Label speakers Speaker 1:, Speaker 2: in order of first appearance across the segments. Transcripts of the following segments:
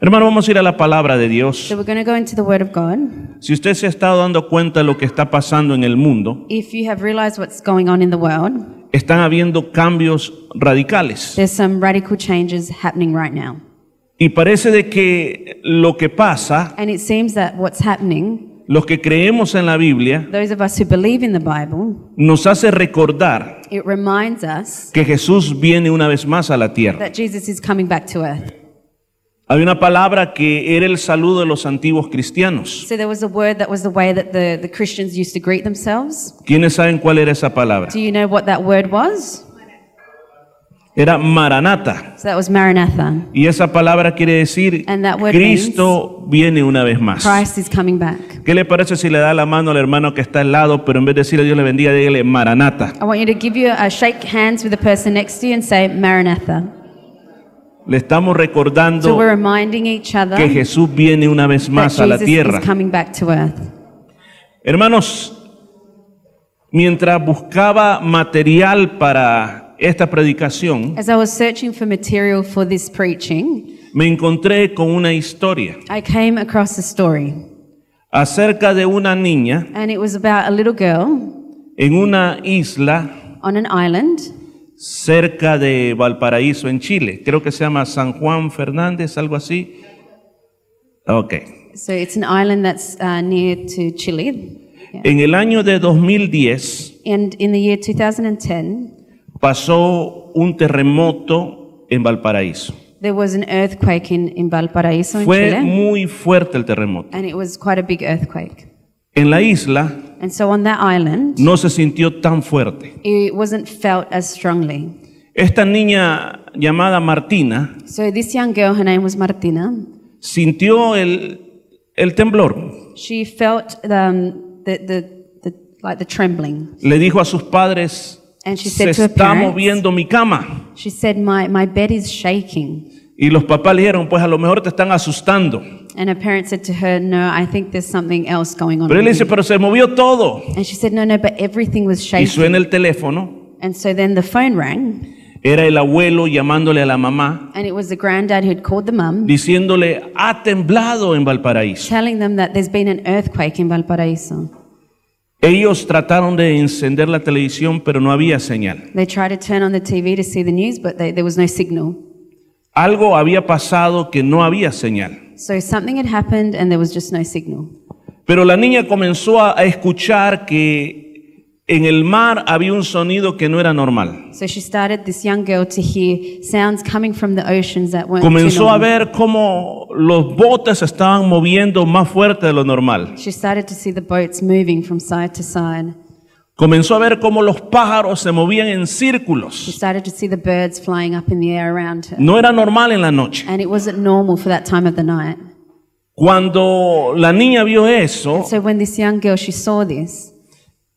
Speaker 1: Hermano, vamos a ir a la palabra de Dios.
Speaker 2: So we're going to go into the Word of God.
Speaker 1: Si usted se ha estado dando cuenta de lo que está pasando en el mundo,
Speaker 2: If you have realized what's going on in the world,
Speaker 1: están habiendo cambios radicales.
Speaker 2: there's some radical changes happening right now.
Speaker 1: Y parece de que lo que pasa,
Speaker 2: And it seems that what's happening,
Speaker 1: los que creemos en la Biblia,
Speaker 2: those of us who believe in the Bible,
Speaker 1: nos hace recordar
Speaker 2: it reminds us
Speaker 1: que Jesús viene una vez más a la tierra.
Speaker 2: that Jesus is coming back to earth.
Speaker 1: Hay una palabra que era el saludo de los antiguos cristianos.
Speaker 2: So there was a word that was the way that the, the Christians used to greet themselves.
Speaker 1: ¿Quiénes saben cuál era esa palabra?
Speaker 2: Do you know what that word was?
Speaker 1: Era Maranata.
Speaker 2: So that was Maranatha.
Speaker 1: Y esa palabra quiere decir
Speaker 2: And that word
Speaker 1: Cristo viene una vez más.
Speaker 2: Christ is coming back.
Speaker 1: ¿Qué le parece si le da la mano al hermano que está al lado, pero en vez de decirle Dios le bendiga, dígale Maranata?
Speaker 2: I want you to give you a shake hands with the person next to you and say Maranatha.
Speaker 1: Le estamos
Speaker 2: So
Speaker 1: recordando
Speaker 2: we're reminding each other
Speaker 1: que Jesús viene una vez
Speaker 2: that
Speaker 1: más a la
Speaker 2: Jesus
Speaker 1: tierra.
Speaker 2: is coming back to earth.
Speaker 1: Hermanos, mientras buscaba material para esta predicación,
Speaker 2: As I was searching for material for this preaching,
Speaker 1: me encontré con una historia
Speaker 2: I came across a story,
Speaker 1: acerca de una niña
Speaker 2: and it was about a little girl
Speaker 1: en una isla
Speaker 2: on an island
Speaker 1: cerca de Valparaíso, en Chile. Creo que se llama San Juan Fernández, algo así. Ok.
Speaker 2: So it's an island that's uh, near to Chile.
Speaker 1: En el año de 2010
Speaker 2: And in the year 2010,
Speaker 1: pasó un terremoto en Valparaíso.
Speaker 2: there was an earthquake in, in Valparaiso, in
Speaker 1: Fue
Speaker 2: Chile.
Speaker 1: muy fuerte el terremoto.
Speaker 2: And it was quite a big earthquake.
Speaker 1: En la isla
Speaker 2: And so on that island,
Speaker 1: no se sintió tan fuerte.
Speaker 2: it wasn't felt as strongly.
Speaker 1: Esta niña llamada Martina
Speaker 2: So this young girl, her name was Martina,
Speaker 1: sintió el, el temblor.
Speaker 2: she felt um, the, the, the, like the trembling.
Speaker 1: Le dijo a sus padres,
Speaker 2: And she
Speaker 1: se
Speaker 2: said to her
Speaker 1: está
Speaker 2: parents-
Speaker 1: moviendo mi cama.
Speaker 2: She said, my, my bed is shaking.
Speaker 1: Y los papás le dijeron, pues a lo mejor te están asustando.
Speaker 2: And her parents said to her, No, I think there's something else going on.
Speaker 1: Pero él
Speaker 2: with
Speaker 1: dice,
Speaker 2: you."
Speaker 1: pero se movió todo.
Speaker 2: And she said, No, no, but everything was
Speaker 1: Y
Speaker 2: shaking.
Speaker 1: suena el teléfono.
Speaker 2: And so then the phone rang,
Speaker 1: Era el abuelo llamándole a la mamá.
Speaker 2: and it was the granddad who'd called the mum,
Speaker 1: diciéndole, ha temblado en Valparaíso.
Speaker 2: telling them that there's been an earthquake in Valparaiso.
Speaker 1: Ellos trataron de encender la televisión, pero no había señal.
Speaker 2: They tried to turn on the TV to see the news, but they, there was no signal.
Speaker 1: Algo había pasado que no había señal.
Speaker 2: So something had happened, and there was just no signal.
Speaker 1: Pero la niña comenzó a a escuchar que en el mar había un sonido que no era normal.
Speaker 2: So she started, this young girl, to hear sounds coming from the oceans that weren't. too
Speaker 1: Comenzó a
Speaker 2: normal.
Speaker 1: ver cómo los botes se estaban moviendo más fuerte de lo normal.
Speaker 2: She started to see the boats moving from side to side.
Speaker 1: Comenzó a ver cómo los pájaros se movían en
Speaker 2: She
Speaker 1: círculos.
Speaker 2: started to see the birds flying up in the air around her.
Speaker 1: No era normal en la noche.
Speaker 2: And it wasn't normal for that time of the night.
Speaker 1: Cuando la niña vio eso,
Speaker 2: So when this young girl, she saw this,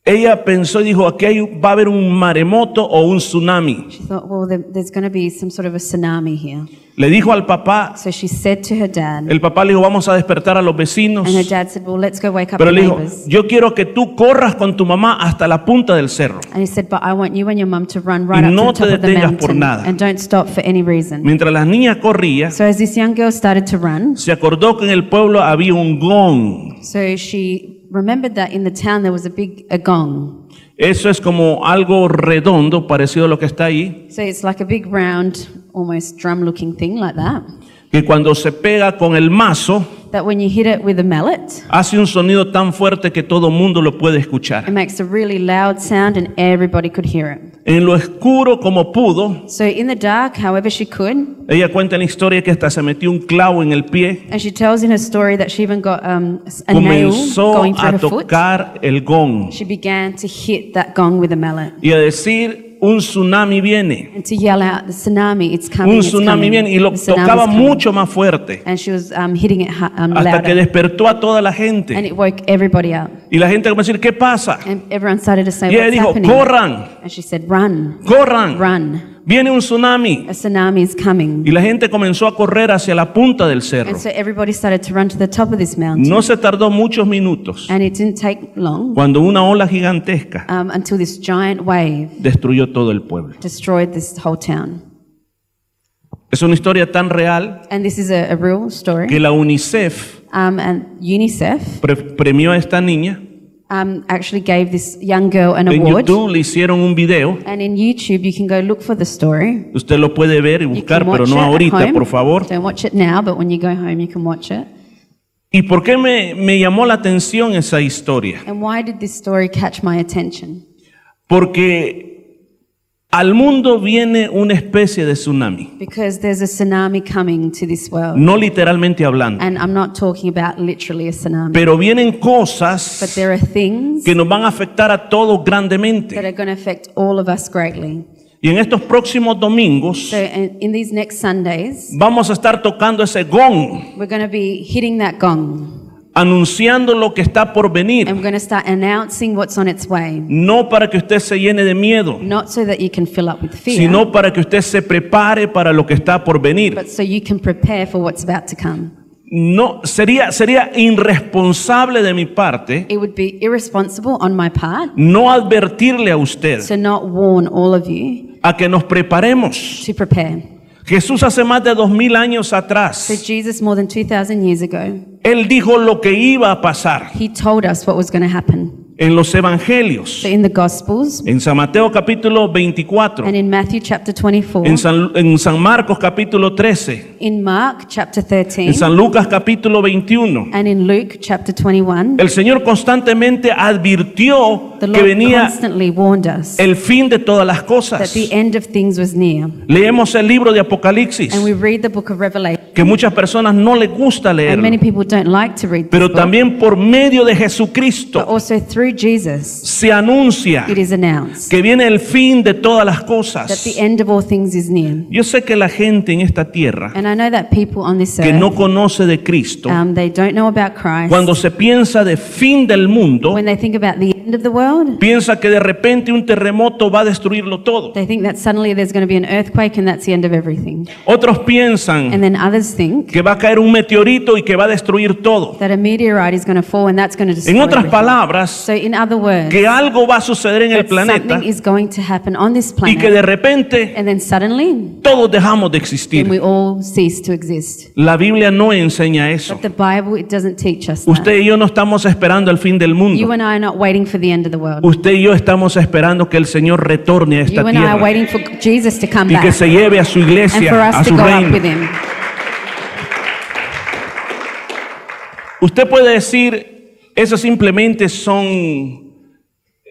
Speaker 1: Ella pensó y dijo, aquí hay- va a haber un maremoto o un tsunami.
Speaker 2: she thought, well, there, there's going to be some sort of a tsunami here.
Speaker 1: Le dijo al papá,
Speaker 2: So she said to her dad,
Speaker 1: el papá le dijo, vamos a despertar a los vecinos.
Speaker 2: and her dad said, well, let's go wake up
Speaker 1: Pero
Speaker 2: the
Speaker 1: le dijo,
Speaker 2: neighbors.
Speaker 1: yo quiero que tú corras con tu mamá hasta la punta del cerro.
Speaker 2: And he said, but I want you and your mum to run right
Speaker 1: Y
Speaker 2: up
Speaker 1: no
Speaker 2: to the top
Speaker 1: te
Speaker 2: of the
Speaker 1: detengas por
Speaker 2: mountain
Speaker 1: nada."
Speaker 2: and don't stop for any reason.
Speaker 1: Mientras la niña corría,
Speaker 2: So as this young girl started to run,
Speaker 1: se acordó que en el pueblo había un gong.
Speaker 2: so she remembered that in the town there was a big a gong.
Speaker 1: Eso es como algo redondo, parecido a lo que está ahí,
Speaker 2: So it's like a big round, almost drum-looking thing like that.
Speaker 1: que cuando se pega con el mazo,
Speaker 2: That when you hit it with a mallet,
Speaker 1: hace un sonido tan fuerte que todo mundo lo puede
Speaker 2: It
Speaker 1: escuchar.
Speaker 2: makes a really loud sound and everybody could hear it.
Speaker 1: En lo oscuro como pudo,
Speaker 2: So in the dark, however she could,
Speaker 1: Ella cuenta en la historia que hasta se metió un clavo en el pie,
Speaker 2: and she tells in her story that she even got um, a nail
Speaker 1: comenzó
Speaker 2: going through
Speaker 1: a
Speaker 2: her foot.
Speaker 1: tocar el gong
Speaker 2: She began to hit that gong with a mallet
Speaker 1: y a decir, un tsunami viene,
Speaker 2: and to yell out, "The tsunami! It's coming!
Speaker 1: un
Speaker 2: it's
Speaker 1: tsunami
Speaker 2: coming.
Speaker 1: viene, y lo
Speaker 2: the tsunami's
Speaker 1: tocaba
Speaker 2: coming."
Speaker 1: mucho más fuerte,
Speaker 2: And she was um, hitting it ha- um,
Speaker 1: hasta que
Speaker 2: louder,
Speaker 1: despertó a toda la
Speaker 2: and
Speaker 1: gente.
Speaker 2: it woke everybody up.
Speaker 1: Y la gente comenzó a decir, ¿qué pasa?
Speaker 2: And everyone started to say,
Speaker 1: Y ella
Speaker 2: "What's
Speaker 1: dijo,
Speaker 2: happening?"
Speaker 1: corran,
Speaker 2: And she said, "Run!
Speaker 1: corran,
Speaker 2: Run!
Speaker 1: viene un tsunami.
Speaker 2: A tsunami is coming!"
Speaker 1: Y la gente comenzó a correr hacia la punta del cerro.
Speaker 2: And so everybody started to run to the top of this mountain,
Speaker 1: No se tardó muchos minutos
Speaker 2: and it didn't take long.
Speaker 1: cuando una ola gigantesca
Speaker 2: um, until this giant wave
Speaker 1: destruyó todo el pueblo.
Speaker 2: destroyed this whole town.
Speaker 1: Es una historia tan real
Speaker 2: And this is a, a real story.
Speaker 1: que la UNICEF
Speaker 2: Um, and UNICEF
Speaker 1: pre- premió a esta niña.
Speaker 2: um, actually gave this young girl an
Speaker 1: En
Speaker 2: award.
Speaker 1: YouTube le hicieron un video.
Speaker 2: And in YouTube, you can go look for the story.
Speaker 1: Usted lo puede ver y
Speaker 2: You
Speaker 1: buscar,
Speaker 2: can
Speaker 1: pero
Speaker 2: watch
Speaker 1: no
Speaker 2: it at
Speaker 1: ahorita,
Speaker 2: home.
Speaker 1: por favor.
Speaker 2: Don't watch it now, but when you go home, you can watch it.
Speaker 1: ¿Y por qué me, me llamó la atención esa historia?
Speaker 2: And why did this story catch my attention?
Speaker 1: Porque al mundo viene una especie de tsunami,
Speaker 2: Because there's a tsunami coming to this world.
Speaker 1: no literalmente hablando,
Speaker 2: And I'm not talking about literally a tsunami,
Speaker 1: pero vienen
Speaker 2: but
Speaker 1: cosas
Speaker 2: there are things
Speaker 1: que nos van a afectar a todos
Speaker 2: that
Speaker 1: grandemente.
Speaker 2: are going to affect all of us greatly.
Speaker 1: Y en estos próximos domingos
Speaker 2: So, in in these next Sundays,
Speaker 1: vamos a estar tocando ese gong,
Speaker 2: we're going to be hitting that gong.
Speaker 1: anunciando lo que está por venir,
Speaker 2: And we're going to start announcing what's on its way.
Speaker 1: no para que usted se llene de miedo,
Speaker 2: Not so that you can fill up with fear,
Speaker 1: sino para que usted se prepare para lo que está por venir.
Speaker 2: but so you can prepare for what's about to come.
Speaker 1: No sería sería irresponsable de mi parte
Speaker 2: It would be irresponsible on my part
Speaker 1: no advertirle a usted
Speaker 2: to not warn all of you
Speaker 1: a que nos preparemos.
Speaker 2: to prepare.
Speaker 1: Jesús hace más de dos mil años
Speaker 2: So,
Speaker 1: atrás,
Speaker 2: Jesus, more than 2,000 years ago,
Speaker 1: él dijo lo que iba a pasar
Speaker 2: he told us what was going to happen.
Speaker 1: en los evangelios,
Speaker 2: So, in the Gospels
Speaker 1: en San Mateo capítulo 24,
Speaker 2: and in Matthew chapter 24,
Speaker 1: en San, en San Marcos capítulo 13,
Speaker 2: in Mark chapter
Speaker 1: en
Speaker 2: 13,
Speaker 1: San Lucas capítulo 21.
Speaker 2: and in Luke chapter 21,
Speaker 1: El Señor constantemente advirtió
Speaker 2: the
Speaker 1: que
Speaker 2: Lord
Speaker 1: venía
Speaker 2: constantly warned us
Speaker 1: el fin de todas las
Speaker 2: that
Speaker 1: cosas.
Speaker 2: the end of things was near.
Speaker 1: Leemos el libro de
Speaker 2: And
Speaker 1: Apocalipsis,
Speaker 2: we read the book of Revelation,
Speaker 1: que muchas personas no les gusta
Speaker 2: and many
Speaker 1: leer,
Speaker 2: people don't like to read this
Speaker 1: pero
Speaker 2: book,
Speaker 1: también por medio de
Speaker 2: but
Speaker 1: Jesucristo
Speaker 2: also through Jesus,
Speaker 1: se anuncia
Speaker 2: it is announced
Speaker 1: que viene el fin de todas las
Speaker 2: that
Speaker 1: cosas.
Speaker 2: the end of all things is near.
Speaker 1: Yo sé que la gente en esta tierra
Speaker 2: And I know that people on this
Speaker 1: que
Speaker 2: earth,
Speaker 1: no conoce de Cristo,
Speaker 2: uh, um, they don't know about Christ.
Speaker 1: cuando se piensa de fin del mundo,
Speaker 2: When they think about the end of the world,
Speaker 1: piensa que de repente un terremoto va a destruirlo todo.
Speaker 2: they think that suddenly there's going to be an earthquake and that's the end of everything.
Speaker 1: Otros piensan
Speaker 2: And then others think
Speaker 1: que va a caer un meteorito y que va a destruir todo.
Speaker 2: that a meteorite is going to fall and that's going to destroy
Speaker 1: En otras
Speaker 2: everything.
Speaker 1: palabras,
Speaker 2: So in other words,
Speaker 1: que algo va a suceder en el
Speaker 2: that
Speaker 1: planeta
Speaker 2: something is going to happen on this
Speaker 1: y
Speaker 2: planet
Speaker 1: que de repente
Speaker 2: and then suddenly
Speaker 1: todos dejamos de
Speaker 2: then we
Speaker 1: existir.
Speaker 2: all cease to exist.
Speaker 1: La Biblia no enseña eso.
Speaker 2: But the Bible, it doesn't teach us
Speaker 1: Usted
Speaker 2: that.
Speaker 1: y yo no estamos esperando el fin del mundo.
Speaker 2: You and I are not waiting for the end of the world.
Speaker 1: Usted y yo estamos esperando que el Señor retorne a
Speaker 2: You
Speaker 1: esta
Speaker 2: and I are
Speaker 1: tierra
Speaker 2: waiting for Jesus to come
Speaker 1: y que
Speaker 2: back
Speaker 1: se lleve a su
Speaker 2: and for
Speaker 1: iglesia, a
Speaker 2: us to
Speaker 1: su
Speaker 2: go up with
Speaker 1: reino.
Speaker 2: him.
Speaker 1: Usted puede decir, esos simplemente son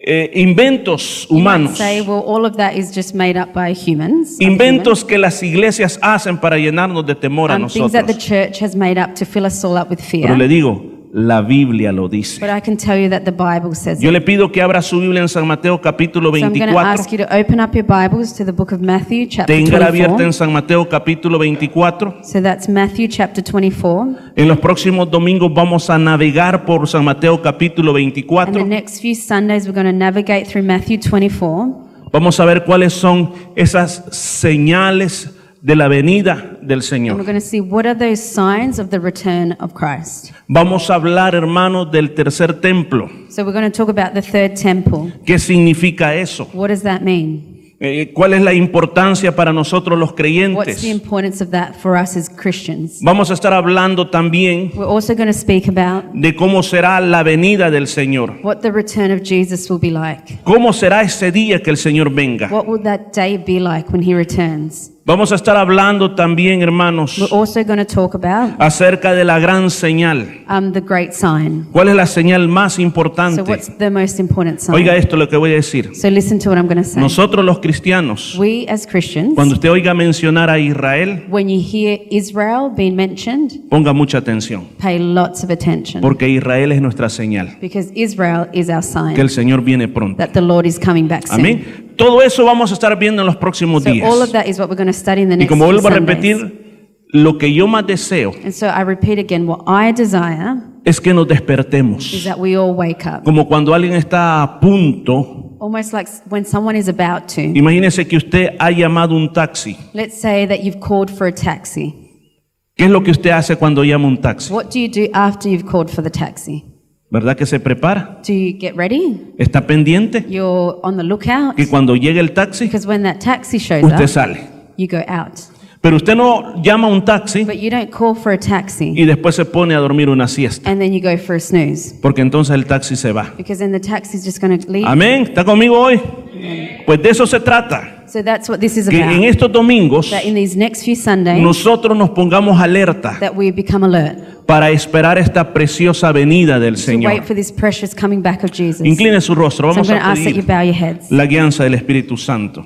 Speaker 1: eh, inventos
Speaker 2: You might
Speaker 1: humanos,
Speaker 2: say, well, all of that is just made up by humans. other humans.
Speaker 1: inventos que las iglesias hacen para llenarnos de temor a
Speaker 2: um, things that the
Speaker 1: nosotros.
Speaker 2: church has made up to fill us all up with fear.
Speaker 1: Pero le digo, la Biblia lo dice.
Speaker 2: but I can tell you that the Bible says
Speaker 1: Yo
Speaker 2: it.
Speaker 1: le pido que abra su Biblia en San Mateo capítulo
Speaker 2: So I'm going to
Speaker 1: 24.
Speaker 2: ask you to open up your Bibles to the book of Matthew, chapter
Speaker 1: Téngala abierta
Speaker 2: 24.
Speaker 1: en San Mateo capítulo 24.
Speaker 2: So that's Matthew chapter 24.
Speaker 1: En los próximos domingos vamos a navegar por San Mateo capítulo
Speaker 2: And the
Speaker 1: 24.
Speaker 2: next few Sundays, we're going to navigate through Matthew 24.
Speaker 1: Vamos a ver cuáles son esas señales de la venida del
Speaker 2: And we're
Speaker 1: Señor.
Speaker 2: going to see what are those signs of the return of Christ.
Speaker 1: Vamos a hablar, hermanos, del tercer templo.
Speaker 2: So we're going to talk about the third temple.
Speaker 1: ¿Qué significa eso?
Speaker 2: What does that mean?
Speaker 1: Eh, ¿Cuál es la importancia para nosotros los
Speaker 2: What's the
Speaker 1: creyentes?
Speaker 2: importance of that for us as Christians?
Speaker 1: Vamos a estar hablando también
Speaker 2: We're also going to speak about
Speaker 1: de cómo será la venida del Señor.
Speaker 2: what the return of Jesus will be like.
Speaker 1: ¿Cómo será ese día que el Señor venga?
Speaker 2: What will that day be like when he returns?
Speaker 1: Vamos a estar hablando también,
Speaker 2: We're
Speaker 1: hermanos,
Speaker 2: also going to talk about
Speaker 1: acerca de la gran señal.
Speaker 2: um, the great sign.
Speaker 1: ¿Cuál es la señal más
Speaker 2: So, what's
Speaker 1: importante?
Speaker 2: the most important sign?
Speaker 1: Oiga esto lo que voy a decir.
Speaker 2: So, listen to what I'm going to say.
Speaker 1: Nosotros los cristianos,
Speaker 2: We as Christians,
Speaker 1: cuando usted oiga mencionar a Israel,
Speaker 2: when you hear Israel being mentioned,
Speaker 1: ponga mucha atención,
Speaker 2: pay lots of attention
Speaker 1: porque Israel es nuestra señal,
Speaker 2: because Israel is our
Speaker 1: que
Speaker 2: sign
Speaker 1: el Señor viene pronto.
Speaker 2: that the Lord is coming back soon.
Speaker 1: Amén. Todo eso vamos a estar viendo en los próximos
Speaker 2: So, all of
Speaker 1: días.
Speaker 2: that is what we're going to study in the
Speaker 1: Y
Speaker 2: next
Speaker 1: como
Speaker 2: few
Speaker 1: vuelvo a
Speaker 2: Sundays.
Speaker 1: repetir, lo que yo más deseo
Speaker 2: And so, I repeat again what I desire
Speaker 1: es que nos despertemos.
Speaker 2: is that we all wake up.
Speaker 1: Como cuando alguien está a punto,
Speaker 2: Almost like s- when someone is about to.
Speaker 1: imagínese que usted ha llamado un taxi.
Speaker 2: Let's say that you've called for a taxi.
Speaker 1: ¿Qué es lo que usted hace cuando llama un taxi?
Speaker 2: What do you do after you've called for the taxi?
Speaker 1: ¿Verdad que se prepara?
Speaker 2: Do you get ready?
Speaker 1: ¿Está pendiente?
Speaker 2: You're on the lookout?
Speaker 1: Que cuando llegue el taxi,
Speaker 2: Because when that taxi shows
Speaker 1: usted
Speaker 2: up,
Speaker 1: sale.
Speaker 2: you go out.
Speaker 1: Pero usted no llama a un taxi
Speaker 2: But you don't call for a taxi
Speaker 1: y después se pone a dormir una siesta,
Speaker 2: and then you go for a snooze
Speaker 1: porque entonces el taxi se va.
Speaker 2: because then the taxi's just going to leave.
Speaker 1: Amén, ¿está conmigo hoy? Pues de eso se trata,
Speaker 2: So that's what this is
Speaker 1: que en
Speaker 2: about.
Speaker 1: estos domingos
Speaker 2: That in these next few Sundays
Speaker 1: nosotros nos pongamos alerta
Speaker 2: that we become alert
Speaker 1: para esperar esta preciosa venida del
Speaker 2: to wait
Speaker 1: Señor.
Speaker 2: for this precious coming back of Jesus. So
Speaker 1: Incline su rostro,
Speaker 2: I'm
Speaker 1: vamos
Speaker 2: going to
Speaker 1: a
Speaker 2: ask that you
Speaker 1: pedir
Speaker 2: bow your heads
Speaker 1: la guianza del Espíritu Santo.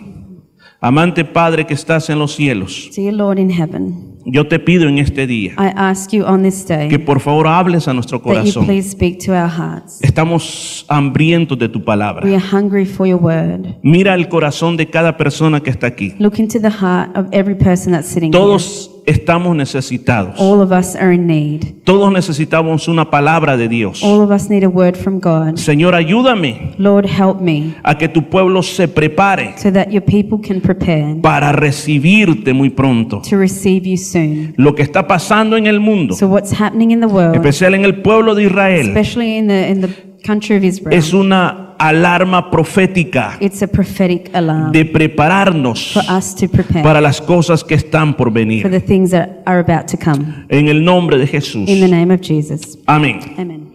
Speaker 1: Amante Padre que estás en los cielos,
Speaker 2: to your Lord in heaven.
Speaker 1: yo te pido en este día
Speaker 2: I ask you on this
Speaker 1: que
Speaker 2: day
Speaker 1: por favor hables a nuestro
Speaker 2: that you
Speaker 1: corazón.
Speaker 2: please speak to our hearts.
Speaker 1: Estamos hambrientos de tu
Speaker 2: We
Speaker 1: palabra.
Speaker 2: are hungry for your word.
Speaker 1: Mira el corazón de cada persona que está aquí.
Speaker 2: Look into the heart of every person that's sitting here.
Speaker 1: Todos estamos necesitados.
Speaker 2: All of us are in need.
Speaker 1: Todos necesitamos una palabra de Dios.
Speaker 2: All of us need a word from God.
Speaker 1: Señor, ayúdame
Speaker 2: Lord, help me
Speaker 1: a que tu pueblo se prepare
Speaker 2: so that your people can prepare
Speaker 1: para recibirte muy pronto.
Speaker 2: to receive you soon.
Speaker 1: Lo que está pasando en el mundo,
Speaker 2: So uh, what's happening in the world,
Speaker 1: especial en el pueblo de Israel,
Speaker 2: especially in the in the country of Israel,
Speaker 1: es una alarma profética
Speaker 2: it's a prophetic alarm
Speaker 1: de prepararnos
Speaker 2: for us to prepare
Speaker 1: para las cosas que están por
Speaker 2: for
Speaker 1: venir.
Speaker 2: the things that are about to come.
Speaker 1: En el nombre de Jesús.
Speaker 2: In the name of Jesus.
Speaker 1: Amén.
Speaker 2: Amen.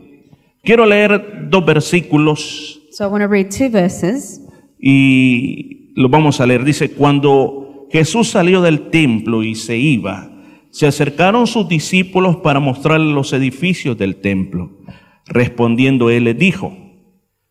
Speaker 1: Quiero leer dos versículos
Speaker 2: So I want to read two verses.
Speaker 1: y los vamos a leer. Dice, cuando Jesús salió del templo y se iba, se acercaron sus discípulos para mostrarle los edificios del templo. Respondiendo él les dijo,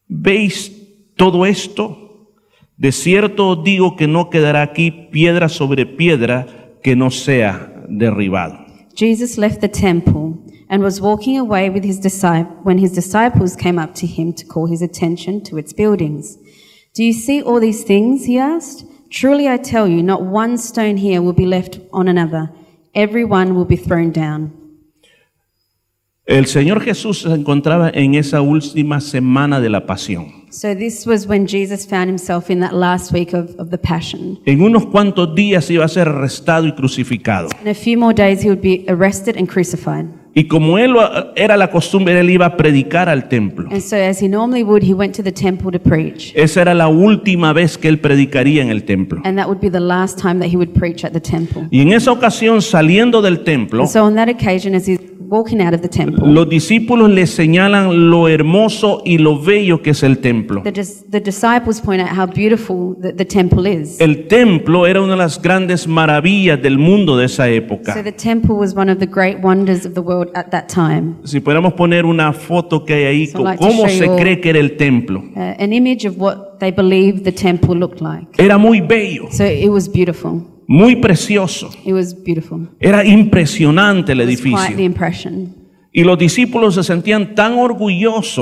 Speaker 1: ¿veis todo esto? De cierto os digo que no quedará aquí piedra sobre piedra que no sea derribado.
Speaker 2: Jesus left the temple and was walking away with his disciples when his disciples came up to him to call his attention to its buildings. Do you see all these things? he asked. Truly I tell you, not one stone here will be left on another. Every one will be thrown down.
Speaker 1: El Señor Jesús se encontraba en esa última semana de la pasión.
Speaker 2: So this was when Jesus found himself in that last week of, of the Passion.
Speaker 1: En unos cuantos días iba a ser arrestado y crucificado.
Speaker 2: In a few more days, he would be arrested and crucified.
Speaker 1: Y como él lo- era la costumbre, él iba a predicar al templo.
Speaker 2: And so, as he normally would, he went to the temple to preach.
Speaker 1: Esa era la última vez que él predicaría en el templo.
Speaker 2: And that would be the last time that he would preach at the temple.
Speaker 1: Y en esa ocasión, saliendo del templo,
Speaker 2: And so on that occasion, as he's walking out of the temple,
Speaker 1: los discípulos le señalan lo hermoso y lo bello que es el templo.
Speaker 2: the, dis- the disciples point out how beautiful the, the temple is.
Speaker 1: El templo era una de las grandes maravillas del mundo de esa
Speaker 2: So
Speaker 1: época.
Speaker 2: the temple was one of the great wonders of the world at that time.
Speaker 1: Si pudiéramos poner una foto que hay ahí,
Speaker 2: So I'd like to
Speaker 1: cómo
Speaker 2: show
Speaker 1: se
Speaker 2: you all-
Speaker 1: cree que era el templo.
Speaker 2: Uh, an image of what they believed the temple looked like.
Speaker 1: Era muy bello,
Speaker 2: So it was beautiful.
Speaker 1: muy precioso.
Speaker 2: It was beautiful.
Speaker 1: Era impresionante el
Speaker 2: It was quite the
Speaker 1: edificio.
Speaker 2: impression.
Speaker 1: Y los discípulos se sentían tan
Speaker 2: And so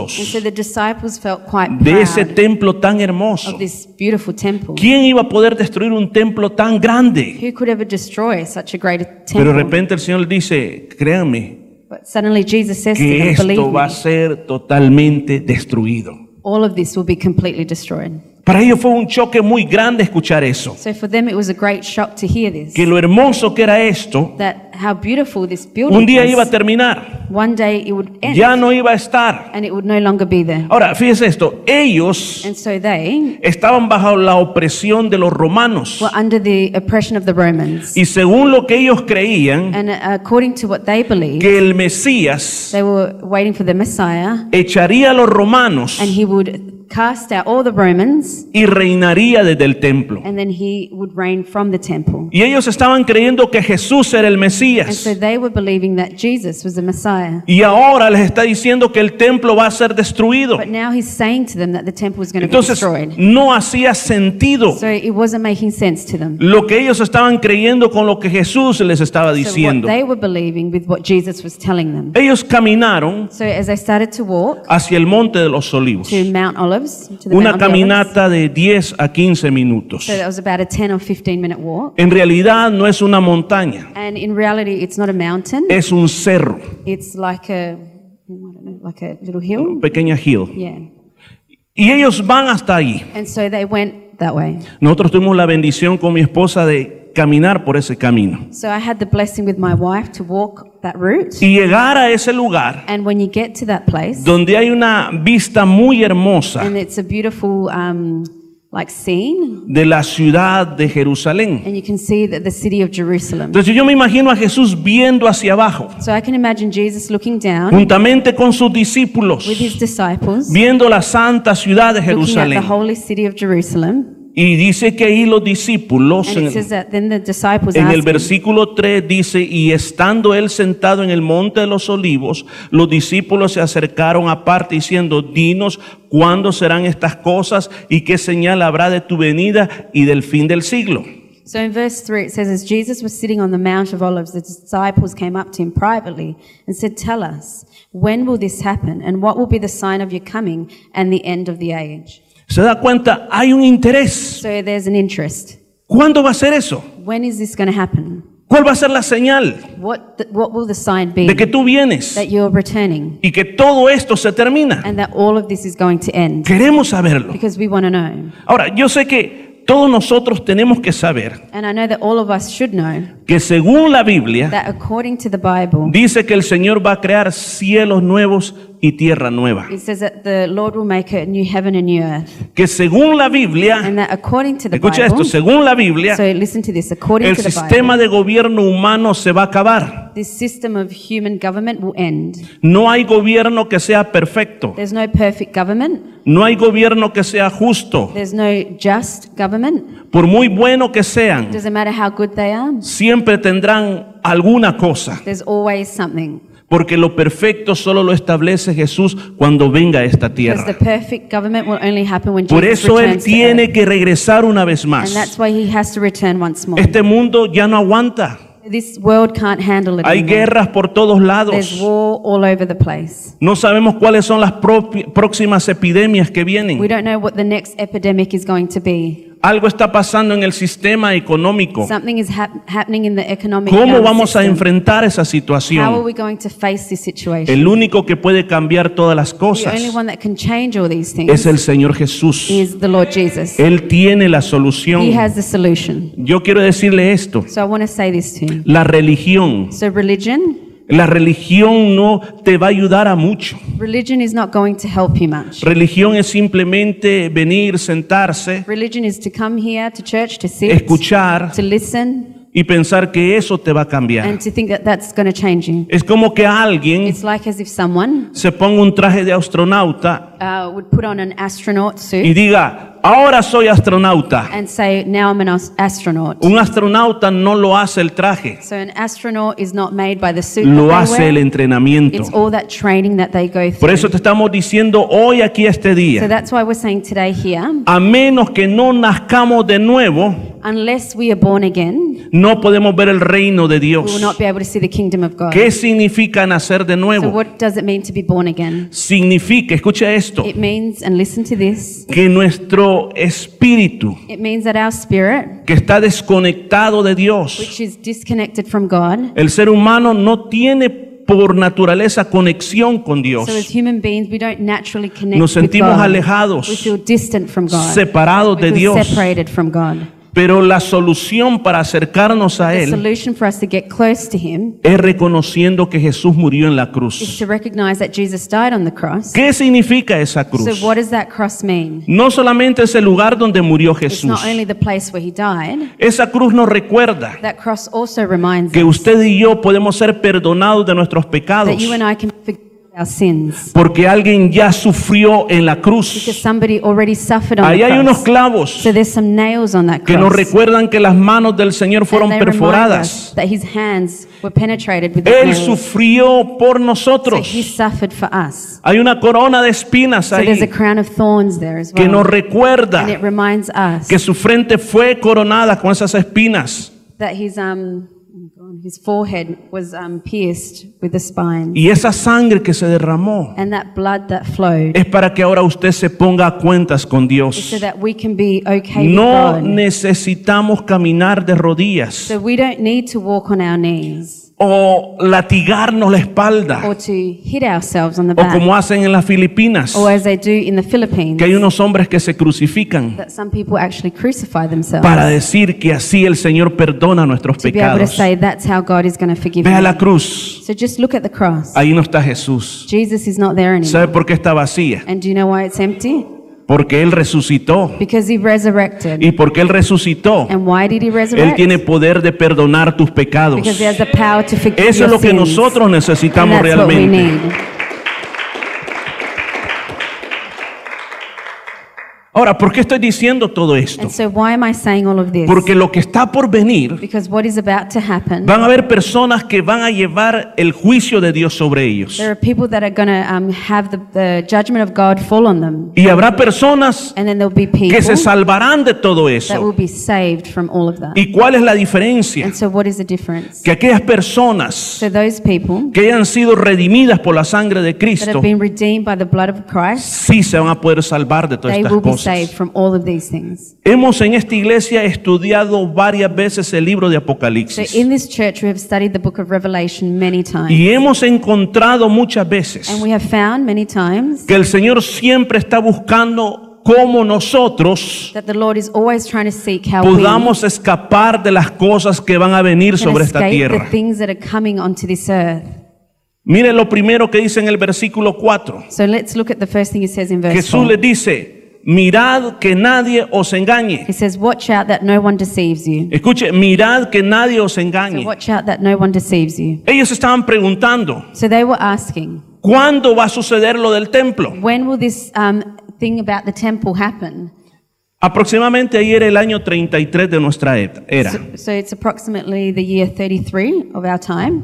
Speaker 1: orgullosos
Speaker 2: the disciples felt quite
Speaker 1: de ese
Speaker 2: proud
Speaker 1: templo tan hermoso.
Speaker 2: of this beautiful temple.
Speaker 1: ¿Quién iba a poder destruir un templo tan grande?
Speaker 2: Who could ever destroy such a great
Speaker 1: Pero de
Speaker 2: temple?
Speaker 1: repente el Señor dice, créanme,
Speaker 2: But suddenly Jesus says to
Speaker 1: que
Speaker 2: them,
Speaker 1: esto
Speaker 2: believe
Speaker 1: va a
Speaker 2: me,
Speaker 1: ser totalmente destruido.
Speaker 2: all of this will be completely destroyed.
Speaker 1: Para ellos fue un choque muy grande escuchar eso.
Speaker 2: So for them it was a great shock to hear this.
Speaker 1: Que lo hermoso que era esto,
Speaker 2: That how beautiful this building
Speaker 1: un día iba a
Speaker 2: was.
Speaker 1: terminar,
Speaker 2: One day it would end
Speaker 1: ya no iba a estar.
Speaker 2: and it would no longer be there.
Speaker 1: Ahora, fíjense esto, ellos
Speaker 2: And so they
Speaker 1: estaban bajo la opresión de los romanos.
Speaker 2: were under the oppression of the Romans.
Speaker 1: Y según lo que ellos creían,
Speaker 2: And uh, according to what they believed,
Speaker 1: que el Mesías
Speaker 2: they were waiting for the Messiah
Speaker 1: echaría a los romanos
Speaker 2: and he would cast out all the Romans
Speaker 1: y reinaría desde el templo.
Speaker 2: and then he would reign from the temple.
Speaker 1: Y ellos estaban creyendo que Jesús era el
Speaker 2: And so
Speaker 1: Mesías.
Speaker 2: they were believing that Jesus was the Messiah.
Speaker 1: Y ahora les está diciendo que el templo va a ser destruido.
Speaker 2: But now he's saying to them that the temple is going to be
Speaker 1: Entonces
Speaker 2: destroyed.
Speaker 1: no hacía sentido
Speaker 2: So it wasn't making sense to them.
Speaker 1: lo que ellos estaban creyendo con lo que Jesús les estaba
Speaker 2: So what
Speaker 1: diciendo.
Speaker 2: they were believing with what Jesus was telling them.
Speaker 1: Ellos caminaron
Speaker 2: So as they started to walk
Speaker 1: hacia el monte de los olivos.
Speaker 2: to Mount Olives, to the
Speaker 1: Una
Speaker 2: Mount of Olives,
Speaker 1: caminata de 10 a 15 minutos.
Speaker 2: so that was about a 10 or 15 minute walk.
Speaker 1: En realidad no es una montaña,
Speaker 2: And in reality, it's not a mountain.
Speaker 1: es un cerro.
Speaker 2: It's like a, I don't know, like a little hill.
Speaker 1: pequeña hill.
Speaker 2: Yeah.
Speaker 1: Y ellos van hasta allí.
Speaker 2: And so they went that way.
Speaker 1: Nosotros tuvimos la bendición con mi esposa de caminar por ese camino.
Speaker 2: So I had the blessing with my wife to walk that route.
Speaker 1: Y llegar a ese lugar
Speaker 2: And when you get to that place,
Speaker 1: donde hay una vista muy hermosa,
Speaker 2: and it's a beautiful um, like seen,
Speaker 1: de la ciudad de Jerusalén.
Speaker 2: and you can see that the city of Jerusalem.
Speaker 1: Entonces yo me imagino a Jesús viendo hacia abajo,
Speaker 2: So I can imagine Jesus looking down
Speaker 1: juntamente con sus
Speaker 2: with his
Speaker 1: discípulos,
Speaker 2: disciples,
Speaker 1: viendo la santa ciudad de
Speaker 2: looking at the
Speaker 1: Jerusalén.
Speaker 2: holy city of Jerusalem.
Speaker 1: Y dice que ahí los discípulos,
Speaker 2: And
Speaker 1: en
Speaker 2: it
Speaker 1: el,
Speaker 2: says that then the disciples
Speaker 1: en el
Speaker 2: asked him,
Speaker 1: versículo 3 dice, y estando él sentado en el monte de los olivos, los discípulos se acercaron aparte diciendo, dinos cuándo serán estas cosas y qué señal habrá de tu venida y del fin del siglo.
Speaker 2: So in verse 3 it says, As Jesus was sitting on the Mount of Olives, the disciples came up to him privately and said, Tell us, when will this happen? And what will be the sign of your coming and the end of the age?
Speaker 1: Se da cuenta, hay un interés.
Speaker 2: So there's an interest.
Speaker 1: ¿Cuándo va a ser eso?
Speaker 2: When is this going to happen?
Speaker 1: ¿Cuál va a ser la señal
Speaker 2: What, th- what will the sign be
Speaker 1: de que tú vienes
Speaker 2: that you're returning
Speaker 1: y que todo esto se termina?
Speaker 2: and that all of this is going to end?
Speaker 1: Queremos saberlo.
Speaker 2: Because we want to know.
Speaker 1: Ahora, yo sé que todos nosotros tenemos que saber
Speaker 2: And I know that all of us should know
Speaker 1: que según la Biblia,
Speaker 2: that according to the Bible,
Speaker 1: Dice que el Señor va a crear cielos nuevos y tierra nueva.
Speaker 2: it says that the Lord will make a new heaven and new earth.
Speaker 1: Que según la Biblia,
Speaker 2: And that according to the
Speaker 1: escucha esto,
Speaker 2: Bible,
Speaker 1: según la Biblia,
Speaker 2: So listen to this. According
Speaker 1: el
Speaker 2: to the Bible,
Speaker 1: sistema de gobierno humano se va a acabar.
Speaker 2: this system of human government will end.
Speaker 1: No hay gobierno que sea perfecto.
Speaker 2: There's no perfect government.
Speaker 1: No hay gobierno que sea justo.
Speaker 2: There's no just government.
Speaker 1: Por muy bueno que
Speaker 2: It
Speaker 1: sean,
Speaker 2: doesn't matter how good they are.
Speaker 1: siempre tendrán alguna cosa.
Speaker 2: There's always something.
Speaker 1: Porque lo perfecto solo lo establece Jesús cuando venga a esta
Speaker 2: Because the
Speaker 1: tierra.
Speaker 2: perfect government will only happen when
Speaker 1: Por
Speaker 2: Jesus
Speaker 1: eso Él
Speaker 2: returns to earth.
Speaker 1: tiene que regresar una vez
Speaker 2: And that's
Speaker 1: más.
Speaker 2: why he has to return once more.
Speaker 1: Este mundo ya no aguanta.
Speaker 2: This world can't handle it.
Speaker 1: Hay
Speaker 2: anymore.
Speaker 1: guerras por todos
Speaker 2: There's
Speaker 1: lados.
Speaker 2: war all over the place.
Speaker 1: No sabemos cuáles son las propi- próximas epidemias que
Speaker 2: We
Speaker 1: vienen.
Speaker 2: don't know what the next epidemic is going to be.
Speaker 1: Algo está pasando en el sistema económico.
Speaker 2: Something is hap- happening in the economic
Speaker 1: ¿Cómo
Speaker 2: um,
Speaker 1: vamos a
Speaker 2: system.
Speaker 1: enfrentar esa
Speaker 2: How are
Speaker 1: situación?
Speaker 2: we going to face this situation?
Speaker 1: El único que puede cambiar todas las
Speaker 2: The
Speaker 1: cosas
Speaker 2: only one that can change all these things
Speaker 1: es el Señor Jesús.
Speaker 2: is the Lord Jesus.
Speaker 1: Él tiene la
Speaker 2: He
Speaker 1: solución.
Speaker 2: has the solution.
Speaker 1: Yo quiero decirle esto.
Speaker 2: So I want to say this to you.
Speaker 1: La religión,
Speaker 2: So religion,
Speaker 1: la religión no te va a ayudar a mucho.
Speaker 2: religion is not going to help you much.
Speaker 1: Religión es simplemente venir, sentarse,
Speaker 2: Religion is to come here to church to sit,
Speaker 1: escuchar
Speaker 2: to listen,
Speaker 1: y pensar que eso te va a cambiar.
Speaker 2: and to think that that's going to change you.
Speaker 1: Es como que alguien
Speaker 2: It's like as if someone
Speaker 1: se ponga un traje de astronauta
Speaker 2: uh, would put on an astronaut
Speaker 1: y
Speaker 2: suit
Speaker 1: diga, ahora soy astronauta.
Speaker 2: Eh? and say, "Now I'm an as- astronaut."
Speaker 1: Un astronauta no lo hace el traje,
Speaker 2: So an astronaut is not made by the suit that
Speaker 1: lo
Speaker 2: they
Speaker 1: hace
Speaker 2: wear.
Speaker 1: el entrenamiento.
Speaker 2: It's all that training that they go
Speaker 1: Por
Speaker 2: through.
Speaker 1: eso te estamos diciendo hoy aquí este
Speaker 2: So
Speaker 1: día,
Speaker 2: that's why we're saying today here,
Speaker 1: a menos que no nazcamos de nuevo,
Speaker 2: unless we are born again,
Speaker 1: no podemos ver el reino de
Speaker 2: we will
Speaker 1: Dios.
Speaker 2: not be able to see the kingdom of God.
Speaker 1: ¿Qué significa nacer de
Speaker 2: So
Speaker 1: nuevo?
Speaker 2: what does it mean to be born again?
Speaker 1: Significa, escucha esto,
Speaker 2: It means, and listen to this,
Speaker 1: que nuestro espíritu
Speaker 2: it means that our spirit,
Speaker 1: que está desconectado de Dios,
Speaker 2: which is disconnected from God,
Speaker 1: El ser humano no tiene por naturaleza conexión con
Speaker 2: so as
Speaker 1: Dios.
Speaker 2: human beings, we don't naturally connect
Speaker 1: Nos
Speaker 2: with
Speaker 1: sentimos
Speaker 2: God.
Speaker 1: alejados,
Speaker 2: We feel distant from God.
Speaker 1: separados de
Speaker 2: we feel
Speaker 1: Dios.
Speaker 2: separated from God.
Speaker 1: Pero la solución para acercarnos a
Speaker 2: The
Speaker 1: Él
Speaker 2: solution for us to get close to Him
Speaker 1: es reconociendo que Jesús murió en la
Speaker 2: is
Speaker 1: cruz.
Speaker 2: to recognize that Jesus died on the cross.
Speaker 1: ¿Qué significa esa
Speaker 2: So
Speaker 1: cruz?
Speaker 2: what does that cross mean?
Speaker 1: No solamente es el lugar donde murió
Speaker 2: It's
Speaker 1: Jesús.
Speaker 2: not only the place where He died,
Speaker 1: Esa cruz nos recuerda
Speaker 2: that cross also reminds
Speaker 1: que
Speaker 2: us
Speaker 1: usted y yo podemos ser perdonados de nuestros
Speaker 2: that
Speaker 1: pecados
Speaker 2: you and I can forgive our sins.
Speaker 1: porque alguien ya sufrió en la
Speaker 2: Because
Speaker 1: cruz.
Speaker 2: somebody already suffered on
Speaker 1: Ahí
Speaker 2: the
Speaker 1: hay unos
Speaker 2: cross.
Speaker 1: clavos.
Speaker 2: So there's some nails on that
Speaker 1: que
Speaker 2: cross.
Speaker 1: nos recuerdan que las manos del Señor fueron
Speaker 2: And they remind us
Speaker 1: perforadas.
Speaker 2: That his hands were penetrated with
Speaker 1: Él
Speaker 2: nails.
Speaker 1: sufrió por
Speaker 2: So he
Speaker 1: nosotros.
Speaker 2: suffered for us.
Speaker 1: Hay una corona de espinas
Speaker 2: So there's a
Speaker 1: ahí
Speaker 2: crown of thorns there as well.
Speaker 1: que nos
Speaker 2: and it
Speaker 1: recuerda
Speaker 2: reminds us
Speaker 1: que su frente fue coronada con esas espinas
Speaker 2: that his um his forehead was um, pierced with a spine.
Speaker 1: y esa sangre que se derramó
Speaker 2: And that blood that flowed
Speaker 1: es para que ahora usted se ponga a cuentas con
Speaker 2: is so
Speaker 1: Dios.
Speaker 2: that we can be okay
Speaker 1: No
Speaker 2: with God.
Speaker 1: necesitamos caminar de rodillas
Speaker 2: So we don't need to walk on our knees
Speaker 1: o latigarnos la espalda
Speaker 2: or to hit ourselves on the
Speaker 1: o
Speaker 2: back
Speaker 1: como hacen en las Filipinas,
Speaker 2: or as they do in the Philippines
Speaker 1: que hay unos hombres que se crucifican.
Speaker 2: that some people actually crucify themselves.
Speaker 1: para decir que así el Señor perdona nuestros
Speaker 2: to be able to
Speaker 1: pecados.
Speaker 2: say that's how God is going to forgive
Speaker 1: Ve a
Speaker 2: you.
Speaker 1: la cruz.
Speaker 2: So just look at the cross.
Speaker 1: Ahí no está Jesús.
Speaker 2: Jesus is not there anymore.
Speaker 1: ¿Sabe por qué está vacía?
Speaker 2: And do you know why it's empty?
Speaker 1: Porque Él resucitó.
Speaker 2: because he resurrected.
Speaker 1: Y porque Él resucitó,
Speaker 2: and why did he
Speaker 1: Él
Speaker 2: resurrect?
Speaker 1: tiene poder de perdonar tus pecados.
Speaker 2: because he has the power to forgive
Speaker 1: Eso es
Speaker 2: your
Speaker 1: lo que
Speaker 2: sins.
Speaker 1: nosotros
Speaker 2: and
Speaker 1: necesitamos
Speaker 2: that's what we
Speaker 1: realmente.
Speaker 2: need.
Speaker 1: Ahora, ¿por qué estoy diciendo todo esto?
Speaker 2: And so why am I saying all of this?
Speaker 1: Porque lo que está por venir,
Speaker 2: because what is about to happen,
Speaker 1: van a haber personas que van a llevar el juicio de Dios sobre ellos.
Speaker 2: there are people that are going to um, have the, the judgment of God fall on them.
Speaker 1: Y habrá personas
Speaker 2: And then there'll be people
Speaker 1: que se salvarán de todo
Speaker 2: that will
Speaker 1: eso.
Speaker 2: be saved from all of that.
Speaker 1: ¿Y cuál es la diferencia?
Speaker 2: And so what is the difference?
Speaker 1: Que aquellas personas
Speaker 2: So those people
Speaker 1: que hayan sido redimidas por la sangre de
Speaker 2: that have
Speaker 1: Cristo,
Speaker 2: been redeemed by the blood of Christ,
Speaker 1: sí se van a poder salvar de todas
Speaker 2: they
Speaker 1: estas
Speaker 2: will be
Speaker 1: cosas.
Speaker 2: saved from all of these things.
Speaker 1: Hemos en esta iglesia estudiado varias veces el libro de
Speaker 2: So
Speaker 1: Apocalipsis
Speaker 2: in this church we have studied the book of Revelation many times.
Speaker 1: y hemos encontrado muchas veces
Speaker 2: And we have found many times
Speaker 1: que el Señor siempre está buscando cómo nosotros
Speaker 2: that the Lord is always trying to seek how
Speaker 1: podamos escapar de las cosas que van a venir
Speaker 2: we can
Speaker 1: sobre esta
Speaker 2: escape the
Speaker 1: tierra.
Speaker 2: things that are coming onto this earth.
Speaker 1: Mire lo primero que dice en el versículo 4.
Speaker 2: So let's look at the first thing he says in verse
Speaker 1: Jesús
Speaker 2: 4.
Speaker 1: le dice, mirad que nadie os engañe.
Speaker 2: He says, watch out that no one deceives you.
Speaker 1: Escuche, mirad que nadie os
Speaker 2: So
Speaker 1: engañe.
Speaker 2: watch out that no one deceives you.
Speaker 1: Ellos estaban preguntando,
Speaker 2: So they were asking,
Speaker 1: ¿cuándo va a suceder lo del templo?
Speaker 2: when will this um, thing about the temple happen?
Speaker 1: Aproximadamente ahí era el año 33 de nuestra et- era.
Speaker 2: So, so it's approximately the year 33 of our time.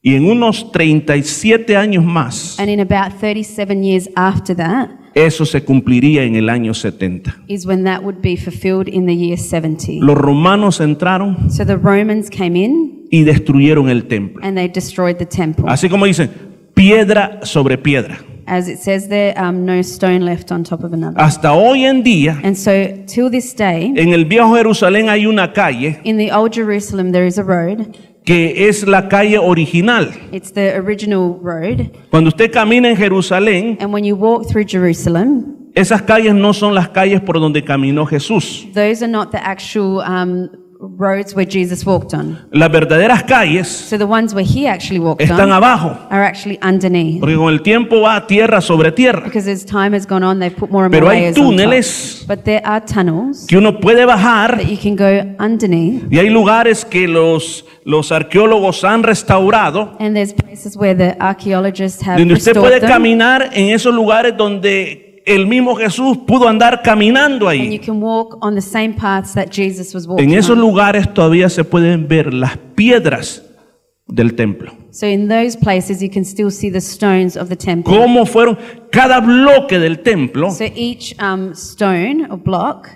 Speaker 1: Y en unos 37 años más,
Speaker 2: And in about 37 years after that
Speaker 1: eso se cumpliría en el año 70.
Speaker 2: is when that would be fulfilled in the year 70.
Speaker 1: Los romanos entraron
Speaker 2: So the Romans came in
Speaker 1: y destruyeron el templo.
Speaker 2: and they destroyed the temple.
Speaker 1: Así como dicen, piedra sobre piedra.
Speaker 2: As it says there, um, no stone left on top of another.
Speaker 1: Hasta hoy en día,
Speaker 2: And so till this day,
Speaker 1: en el viejo Jerusalén hay una calle
Speaker 2: in the old Jerusalem, there is a road.
Speaker 1: que es la calle original.
Speaker 2: It's the original road.
Speaker 1: Cuando usted camina en Jerusalén,
Speaker 2: And when you walk through Jerusalem,
Speaker 1: esas calles no son las calles por donde caminó Jesús.
Speaker 2: those are not the actual um, roads where Jesus walked on.
Speaker 1: Las verdaderas calles
Speaker 2: So the ones where he actually walked
Speaker 1: están
Speaker 2: on
Speaker 1: abajo,
Speaker 2: are actually underneath.
Speaker 1: porque con el tiempo va tierra sobre tierra.
Speaker 2: Because as time has gone on, they've put more and more
Speaker 1: Pero hay
Speaker 2: layers on top.
Speaker 1: túneles.
Speaker 2: But there are tunnels
Speaker 1: que uno puede bajar
Speaker 2: that you can go underneath.
Speaker 1: y hay lugares que los, los arqueólogos han restaurado,
Speaker 2: And there's places where the archaeologists have
Speaker 1: donde usted puede
Speaker 2: restored them.
Speaker 1: caminar en esos lugares donde el mismo Jesús pudo andar caminando
Speaker 2: And you
Speaker 1: ahí.
Speaker 2: can walk on the same paths that Jesus was
Speaker 1: En
Speaker 2: walking
Speaker 1: esos
Speaker 2: on.
Speaker 1: lugares todavía se pueden ver las piedras del templo.
Speaker 2: So in those places you can still see the stones of the temple.
Speaker 1: Cómo fueron cada bloque del templo,
Speaker 2: So each um, stone or block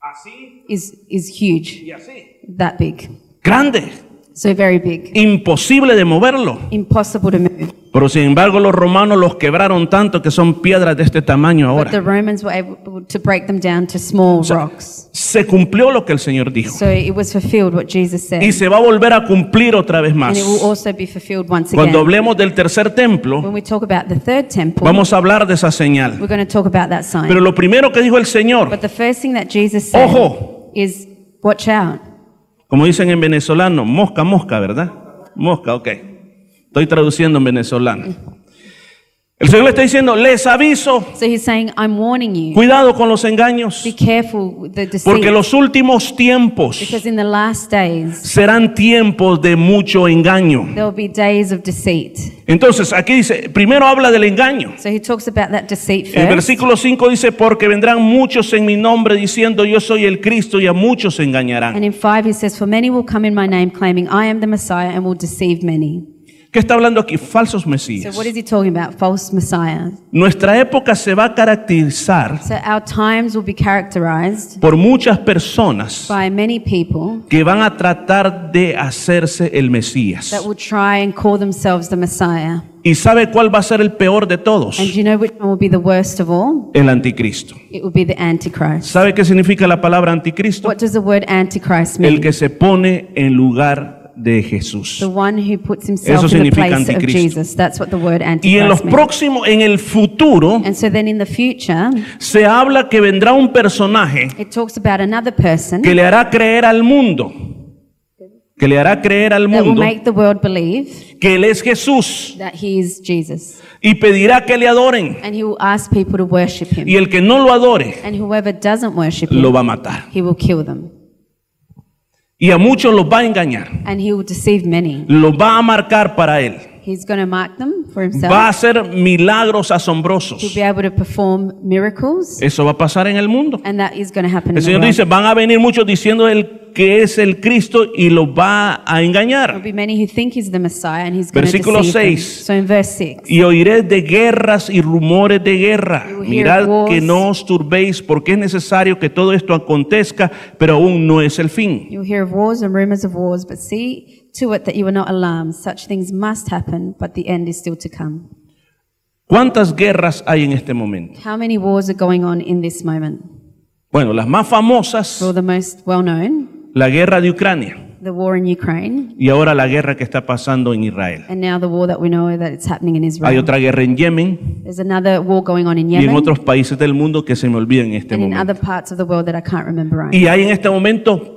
Speaker 1: así
Speaker 2: is is huge,
Speaker 1: y así,
Speaker 2: that big,
Speaker 1: grande,
Speaker 2: so very big,
Speaker 1: imposible de moverlo.
Speaker 2: impossible to move.
Speaker 1: Pero sin embargo los romanos los quebraron tanto que son piedras de este tamaño
Speaker 2: But
Speaker 1: ahora.
Speaker 2: the Romans were able to break them down to small
Speaker 1: sea,
Speaker 2: rocks.
Speaker 1: Se cumplió lo que el Señor dijo.
Speaker 2: So it was fulfilled what Jesus said,
Speaker 1: y se va a volver a cumplir otra vez
Speaker 2: and
Speaker 1: más.
Speaker 2: it will also be fulfilled once
Speaker 1: Cuando
Speaker 2: again.
Speaker 1: hablemos del tercer templo,
Speaker 2: When we talk about the third temple,
Speaker 1: vamos a hablar de esa señal.
Speaker 2: we're going to talk about that sign.
Speaker 1: Pero lo primero que dijo el Señor,
Speaker 2: But the first thing that Jesus said
Speaker 1: Ojo.
Speaker 2: is, "Watch out."
Speaker 1: como dicen en venezolano, mosca, mosca, ¿verdad? Mosca, ok. Estoy traduciendo en venezolano. El Señor le está diciendo, les aviso,
Speaker 2: So he's saying, "I'm warning you.
Speaker 1: cuidado con los engaños,
Speaker 2: Be careful with the deceit,
Speaker 1: porque los últimos tiempos
Speaker 2: because in the last days
Speaker 1: serán tiempos de mucho engaño.
Speaker 2: there will be days of deceit."
Speaker 1: Entonces, aquí dice, primero habla del engaño.
Speaker 2: So he talks about that deceit
Speaker 1: El
Speaker 2: first.
Speaker 1: versículo 5 dice, porque vendrán muchos en mi nombre diciendo, yo soy el Cristo, y a muchos se engañarán.
Speaker 2: And in 5 he says, For many will come in my name claiming I am the Messiah and will deceive many.
Speaker 1: ¿Qué está hablando aquí? Falsos
Speaker 2: So
Speaker 1: mesías.
Speaker 2: what is he talking about? False Messiah.
Speaker 1: Nuestra época se va a caracterizar
Speaker 2: So our times will be characterized
Speaker 1: por muchas personas
Speaker 2: by many people
Speaker 1: que van a tratar de hacerse el
Speaker 2: that
Speaker 1: Mesías.
Speaker 2: will try and call themselves the Messiah.
Speaker 1: ¿Y sabe cuál va a ser el peor de
Speaker 2: And
Speaker 1: todos?
Speaker 2: do you know which one will be the worst of all?
Speaker 1: El anticristo.
Speaker 2: It will be the Antichrist.
Speaker 1: ¿Sabe qué significa la palabra anticristo?
Speaker 2: What does the word Antichrist
Speaker 1: El
Speaker 2: mean?
Speaker 1: que se pone en lugar de Jesús.
Speaker 2: The one who puts
Speaker 1: Eso
Speaker 2: himself in the
Speaker 1: significa
Speaker 2: place of
Speaker 1: anticristo.
Speaker 2: Jesus. That's what the word
Speaker 1: Y en los
Speaker 2: Antichrist means.
Speaker 1: próximos, en el futuro,
Speaker 2: And so then in the future,
Speaker 1: se habla que vendrá un personaje
Speaker 2: it talks about another person
Speaker 1: que le hará creer al mundo, que le hará creer al
Speaker 2: that will
Speaker 1: mundo
Speaker 2: make the world believe
Speaker 1: que Él es Jesús
Speaker 2: that he is Jesus.
Speaker 1: y pedirá que le adoren.
Speaker 2: And he will ask people to worship him.
Speaker 1: Y el que no lo adore,
Speaker 2: And whoever doesn't worship him,
Speaker 1: lo va a matar.
Speaker 2: he will kill them.
Speaker 1: Y a muchos los va a engañar,
Speaker 2: And he will deceive many.
Speaker 1: los va a marcar para Él.
Speaker 2: He's going to mark them for himself.
Speaker 1: Va a hacer milagros
Speaker 2: He'll
Speaker 1: asombrosos.
Speaker 2: be able to perform miracles.
Speaker 1: Eso va a pasar en el mundo.
Speaker 2: And that is going to happen
Speaker 1: El
Speaker 2: in the
Speaker 1: Señor
Speaker 2: world.
Speaker 1: dice, van a venir muchos diciendo el que es el Cristo y los va a
Speaker 2: There'll
Speaker 1: engañar.
Speaker 2: be many who think he's the Messiah and he's going to
Speaker 1: Versículo
Speaker 2: deceive
Speaker 1: seis.
Speaker 2: them. So in verse 6,
Speaker 1: Y oiré de guerras y rumores de guerra.
Speaker 2: You will hear
Speaker 1: Mirad
Speaker 2: wars.
Speaker 1: que no os turbéis porque es necesario que todo esto acontezca, pero aún no es el fin.
Speaker 2: you'll hear of wars and rumors of wars, but see to it that you are not alarmed. Such things must happen, but the end is still to come.
Speaker 1: ¿Cuántas guerras hay en este momento?
Speaker 2: How many wars are going on in this moment?
Speaker 1: Bueno, las más famosas,
Speaker 2: Well, the most well known,
Speaker 1: la guerra de Ucrania
Speaker 2: the war in Ukraine,
Speaker 1: y ahora la guerra que está pasando en Israel.
Speaker 2: and now the war that we know that it's happening in Israel.
Speaker 1: Hay otra guerra en Yemen
Speaker 2: There's another war going on in
Speaker 1: y en
Speaker 2: Yemen
Speaker 1: otros países del mundo que se me olvidan en este
Speaker 2: and in
Speaker 1: momento.
Speaker 2: other parts of the world that I can't remember right.
Speaker 1: Y hay en este momento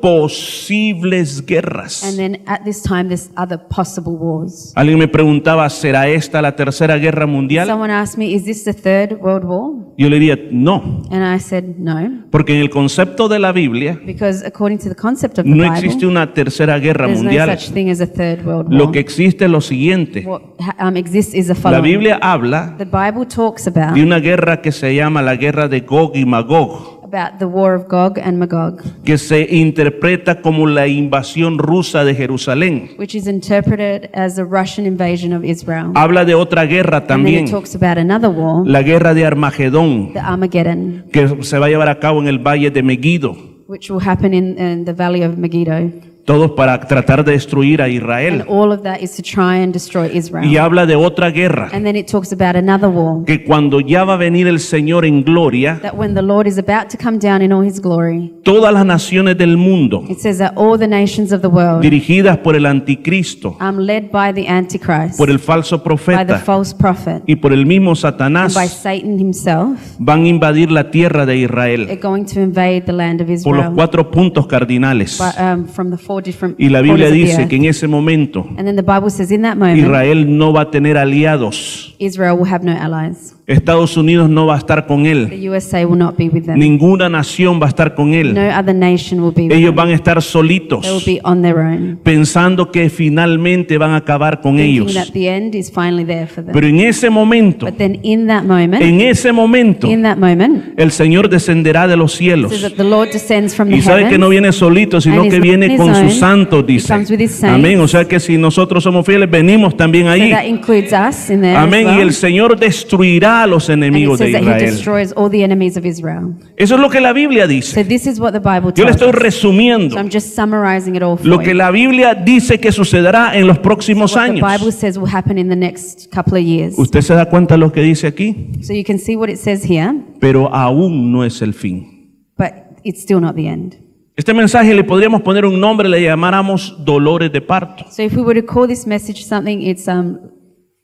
Speaker 1: posibles
Speaker 2: And
Speaker 1: guerras.
Speaker 2: then at this time, there's other possible wars.
Speaker 1: Alguien me preguntaba, ¿será esta la tercera guerra mundial?
Speaker 2: Someone asked me, Is this the third world war?
Speaker 1: Yo le diría, no,
Speaker 2: And I said, No,
Speaker 1: porque en el concepto de la Biblia
Speaker 2: because according to the concept of the
Speaker 1: no existe
Speaker 2: Bible,
Speaker 1: una tercera guerra
Speaker 2: there's no
Speaker 1: mundial.
Speaker 2: such thing as a third world war.
Speaker 1: Lo que existe es lo siguiente.
Speaker 2: what ha- um, exists is the
Speaker 1: La
Speaker 2: following
Speaker 1: Biblia habla
Speaker 2: The Bible talks about,
Speaker 1: de una guerra que se llama la guerra de Gog y Magog,
Speaker 2: about the war of Gog and Magog,
Speaker 1: que se interpreta como la invasión rusa de Jerusalén.
Speaker 2: which is interpreted as the Russian invasion of Israel.
Speaker 1: Habla de otra guerra
Speaker 2: And then
Speaker 1: Ah, también,
Speaker 2: it talks about another war,
Speaker 1: la guerra de Armagedón,
Speaker 2: the Armageddon,
Speaker 1: que se va a llevar a cabo en el valle de Megiddo.
Speaker 2: which will happen in, in the valley of Megiddo.
Speaker 1: todos para tratar de destruir a
Speaker 2: And
Speaker 1: Israel.
Speaker 2: all of that is to try and destroy
Speaker 1: Y
Speaker 2: Israel.
Speaker 1: habla de otra guerra,
Speaker 2: And then it talks about another war,
Speaker 1: que cuando ya va a venir el Señor en gloria,
Speaker 2: that when the Lord is about to come down in all his glory,
Speaker 1: todas las naciones del mundo,
Speaker 2: it says that all the nations of the world
Speaker 1: dirigidas por el anticristo,
Speaker 2: I'm led by the Antichrist,
Speaker 1: por el falso
Speaker 2: by the
Speaker 1: profeta
Speaker 2: false prophet,
Speaker 1: y por el mismo
Speaker 2: and by
Speaker 1: Satanás,
Speaker 2: Satan himself.
Speaker 1: van a invadir la tierra de Israel
Speaker 2: They're going to invade the land of
Speaker 1: por los
Speaker 2: Israel
Speaker 1: cuatro puntos cardinales.
Speaker 2: by- um, from the four different
Speaker 1: Y la Biblia
Speaker 2: corners of the
Speaker 1: dice
Speaker 2: earth.
Speaker 1: que en ese momento
Speaker 2: And then the Bible says in that moment,
Speaker 1: Israel no va a tener aliados,
Speaker 2: Israel will have no allies.
Speaker 1: Estados Unidos no va a estar con
Speaker 2: The
Speaker 1: él,
Speaker 2: USA will not be with them.
Speaker 1: ninguna nación va a estar con él,
Speaker 2: No other nation will be with
Speaker 1: ellos
Speaker 2: them.
Speaker 1: van a estar
Speaker 2: They will
Speaker 1: solitos.
Speaker 2: be on their own,
Speaker 1: pensando que finalmente van a acabar con
Speaker 2: thinking
Speaker 1: ellos.
Speaker 2: that the end is finally there for them.
Speaker 1: Pero en ese momento,
Speaker 2: But then in that moment,
Speaker 1: en ese momento,
Speaker 2: in that moment,
Speaker 1: el Señor descenderá de los
Speaker 2: it says
Speaker 1: cielos.
Speaker 2: that the Lord descends from the
Speaker 1: Y sabe que no
Speaker 2: heavens.
Speaker 1: viene solito, sino
Speaker 2: And
Speaker 1: que
Speaker 2: he's not
Speaker 1: viene
Speaker 2: on
Speaker 1: con
Speaker 2: his
Speaker 1: sus
Speaker 2: own.
Speaker 1: santos,
Speaker 2: He
Speaker 1: dice.
Speaker 2: comes with his saints.
Speaker 1: Amén. O sea que si nosotros somos fieles, venimos también
Speaker 2: So
Speaker 1: ahí.
Speaker 2: that includes us in there. as
Speaker 1: Amén.
Speaker 2: well.
Speaker 1: Y el Señor destruirá a los
Speaker 2: And it
Speaker 1: enemigos de
Speaker 2: says that he
Speaker 1: Israel.
Speaker 2: destroys all the enemies of Israel.
Speaker 1: Eso es lo que la Biblia dice.
Speaker 2: So this is what the Bible
Speaker 1: Yo le
Speaker 2: tells
Speaker 1: estoy
Speaker 2: us. So
Speaker 1: resumiendo
Speaker 2: I'm just summarizing it all for
Speaker 1: lo que
Speaker 2: you.
Speaker 1: la Biblia dice que sucederá en los próximos
Speaker 2: What the
Speaker 1: años.
Speaker 2: Bible says will happen in the next couple of years.
Speaker 1: ¿Usted se da cuenta de lo que dice aquí?
Speaker 2: So you can see what it says here,
Speaker 1: Pero aún no es el fin.
Speaker 2: but it's still not the end.
Speaker 1: Este mensaje le podríamos poner un nombre, le llamáramos dolores de parto,
Speaker 2: So if we were to call this message something, it's um,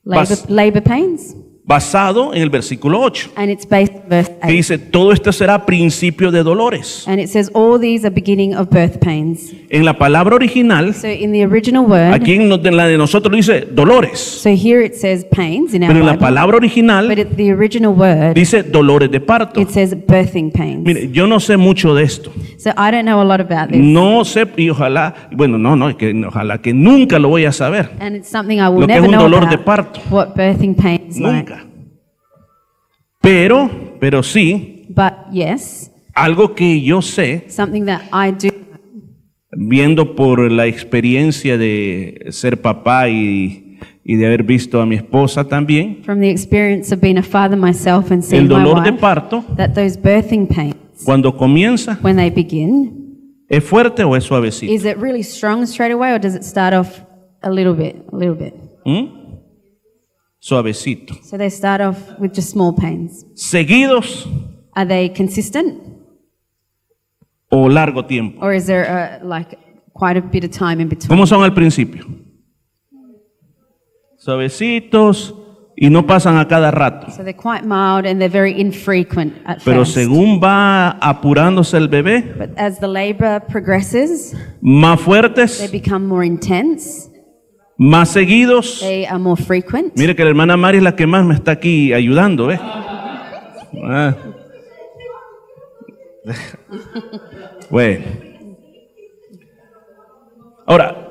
Speaker 2: labor,
Speaker 1: Bas-
Speaker 2: labor pains,
Speaker 1: basado en el versículo 8,
Speaker 2: and it's based on verse
Speaker 1: que
Speaker 2: 8.
Speaker 1: dice, todo esto será principio de dolores.
Speaker 2: And it says all these are beginning of birth pains.
Speaker 1: En la palabra original,
Speaker 2: So in the original word,
Speaker 1: aquí en no- en la de nosotros dice dolores,
Speaker 2: so here it says pains in our
Speaker 1: pero en la
Speaker 2: Bible,
Speaker 1: palabra
Speaker 2: but
Speaker 1: original
Speaker 2: it, the original word,
Speaker 1: dice dolores de parto.
Speaker 2: it says birthing pains.
Speaker 1: Mire, Mm. yo no sé mucho de esto.
Speaker 2: So I don't know a lot about this,
Speaker 1: No sé, y ojalá, bueno, no, no, es que ojalá que nunca lo voy a saber.
Speaker 2: and it's something I will
Speaker 1: Lo que es
Speaker 2: never
Speaker 1: un
Speaker 2: know
Speaker 1: dolor de
Speaker 2: about
Speaker 1: parto.
Speaker 2: what birthing pain is like.
Speaker 1: Nunca. Pero, pero sí,
Speaker 2: But yes,
Speaker 1: algo que yo sé
Speaker 2: something that I do
Speaker 1: viendo por la experiencia de ser papá y, y de haber visto a mi esposa también,
Speaker 2: from the experience of being a father myself
Speaker 1: el
Speaker 2: and seeing my
Speaker 1: dolor de
Speaker 2: wife,
Speaker 1: parto,
Speaker 2: that those birthing pains,
Speaker 1: cuando comienza,
Speaker 2: when they begin,
Speaker 1: ¿es fuerte o es suavecito?
Speaker 2: is it really strong straight away, or does it start off a little bit, a little bit?
Speaker 1: ¿Mm? Suavecito.
Speaker 2: So they start off with just small pains.
Speaker 1: ¿Seguidos
Speaker 2: Are they consistent,
Speaker 1: o largo tiempo?
Speaker 2: or is there a, like quite a bit of time in between?
Speaker 1: ¿Cómo son al principio? Suavecitos y no pasan a cada rato.
Speaker 2: So they're quite mild and they're very infrequent at
Speaker 1: Pero
Speaker 2: first.
Speaker 1: según va apurándose el bebé,
Speaker 2: But as the labor progresses,
Speaker 1: más
Speaker 2: they
Speaker 1: fuertes
Speaker 2: become more intense
Speaker 1: más seguidos.
Speaker 2: They are more frequent.
Speaker 1: Mire que la hermana Mari es la que más me está aquí ayudando, ¿ves? Ah. Bueno. Ahora,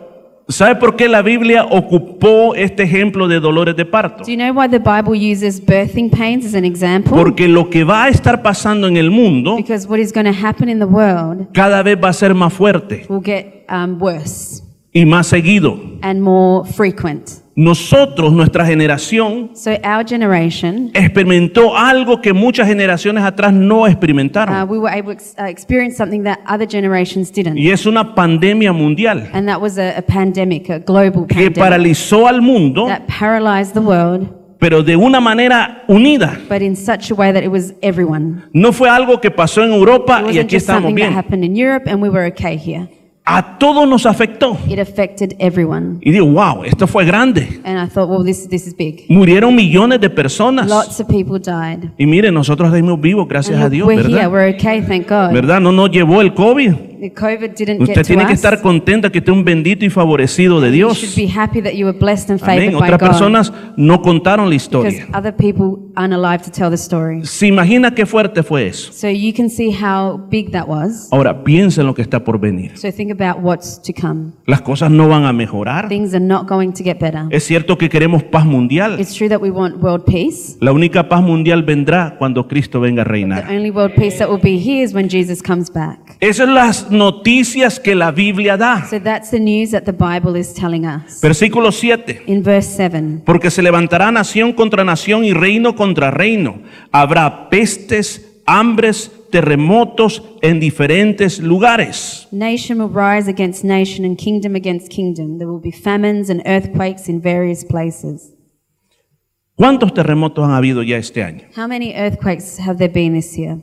Speaker 1: ¿sabe por qué la Biblia ocupó este ejemplo de dolores de parto?
Speaker 2: Do you know why the Bible uses birthing pains as an example?
Speaker 1: Porque lo que va a estar pasando en el mundo
Speaker 2: because what is going to happen in the world
Speaker 1: cada vez va a ser más fuerte
Speaker 2: will get um, worse
Speaker 1: y más seguido.
Speaker 2: and more frequent.
Speaker 1: Nosotros, nuestra generación,
Speaker 2: So our generation,
Speaker 1: experimentó algo que muchas generaciones atrás no
Speaker 2: uh,
Speaker 1: experimentaron.
Speaker 2: we were able to ex- uh, experience something that other generations didn't,
Speaker 1: Y es una pandemia mundial
Speaker 2: and that was a, a pandemic, a global
Speaker 1: que
Speaker 2: pandemic
Speaker 1: paralizó al mundo,
Speaker 2: that paralyzed the world,
Speaker 1: pero de una manera unida.
Speaker 2: but in such a way that it was everyone.
Speaker 1: No fue algo que pasó en
Speaker 2: It
Speaker 1: Europa Ah, y
Speaker 2: wasn't
Speaker 1: aquí
Speaker 2: just
Speaker 1: estamos
Speaker 2: something that
Speaker 1: bien.
Speaker 2: happened in Europe, and we were okay here.
Speaker 1: A todos nos afectó.
Speaker 2: It affected everyone,
Speaker 1: Y digo, wow, esto fue grande.
Speaker 2: and I thought, well, this this is big.
Speaker 1: Murieron millones de personas.
Speaker 2: Lots of people died.
Speaker 1: Y miren, nosotros seguimos vivos, gracias
Speaker 2: And
Speaker 1: a
Speaker 2: look,
Speaker 1: Dios,
Speaker 2: we're here.
Speaker 1: ¿verdad?
Speaker 2: We're okay, thank God.
Speaker 1: ¿Verdad? No nos llevó el COVID.
Speaker 2: The COVID didn't
Speaker 1: Usted
Speaker 2: get to
Speaker 1: tiene que
Speaker 2: us.
Speaker 1: estar contenta que esté un bendito y favorecido de
Speaker 2: you should
Speaker 1: Dios.
Speaker 2: be happy that you were blessed and favored
Speaker 1: Amén.
Speaker 2: by
Speaker 1: Otras
Speaker 2: God.
Speaker 1: personas no contaron la
Speaker 2: because
Speaker 1: historia.
Speaker 2: other people aren't alive to tell the story.
Speaker 1: Se imagina qué fuerte fue eso.
Speaker 2: So you can see how big that was.
Speaker 1: Ahora piensa en lo que está por venir.
Speaker 2: So think about what's to come.
Speaker 1: Las cosas no van a mejorar.
Speaker 2: Things are not going to get better.
Speaker 1: Es cierto que queremos paz mundial.
Speaker 2: It's true that we want world peace.
Speaker 1: La única paz mundial vendrá cuando Cristo venga a
Speaker 2: The
Speaker 1: reinar.
Speaker 2: only world peace that will be here is when Jesus comes back.
Speaker 1: Esas son las noticias que la Biblia da.
Speaker 2: So that's the news that the Bible is telling us.
Speaker 1: Versículo 7.
Speaker 2: In verse 7,
Speaker 1: Porque se levantará nación contra nación y reino contra reino. Habrá pestes, hambres, terremotos en diferentes lugares.
Speaker 2: nation will rise against nation and kingdom against kingdom. There will be famines and earthquakes in various places.
Speaker 1: ¿Cuántos terremotos han habido ya este año?
Speaker 2: How many earthquakes have there been this year?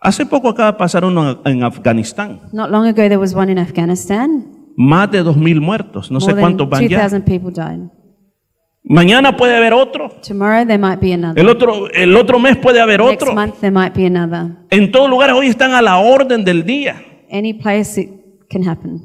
Speaker 1: Hace poco acaba de pasar uno en Afganistán.
Speaker 2: Not long ago, there was one in Afghanistan.
Speaker 1: Más de 2.000 muertos. No sé
Speaker 2: More
Speaker 1: cuántos
Speaker 2: than
Speaker 1: van ya.
Speaker 2: 2,000 people died.
Speaker 1: Mañana puede haber otro.
Speaker 2: Tomorrow, there might be another.
Speaker 1: El otro, el otro mes puede haber
Speaker 2: Next
Speaker 1: otro.
Speaker 2: month, there might be another.
Speaker 1: En todos lugares hoy están a la orden del día.
Speaker 2: Any place it can happen.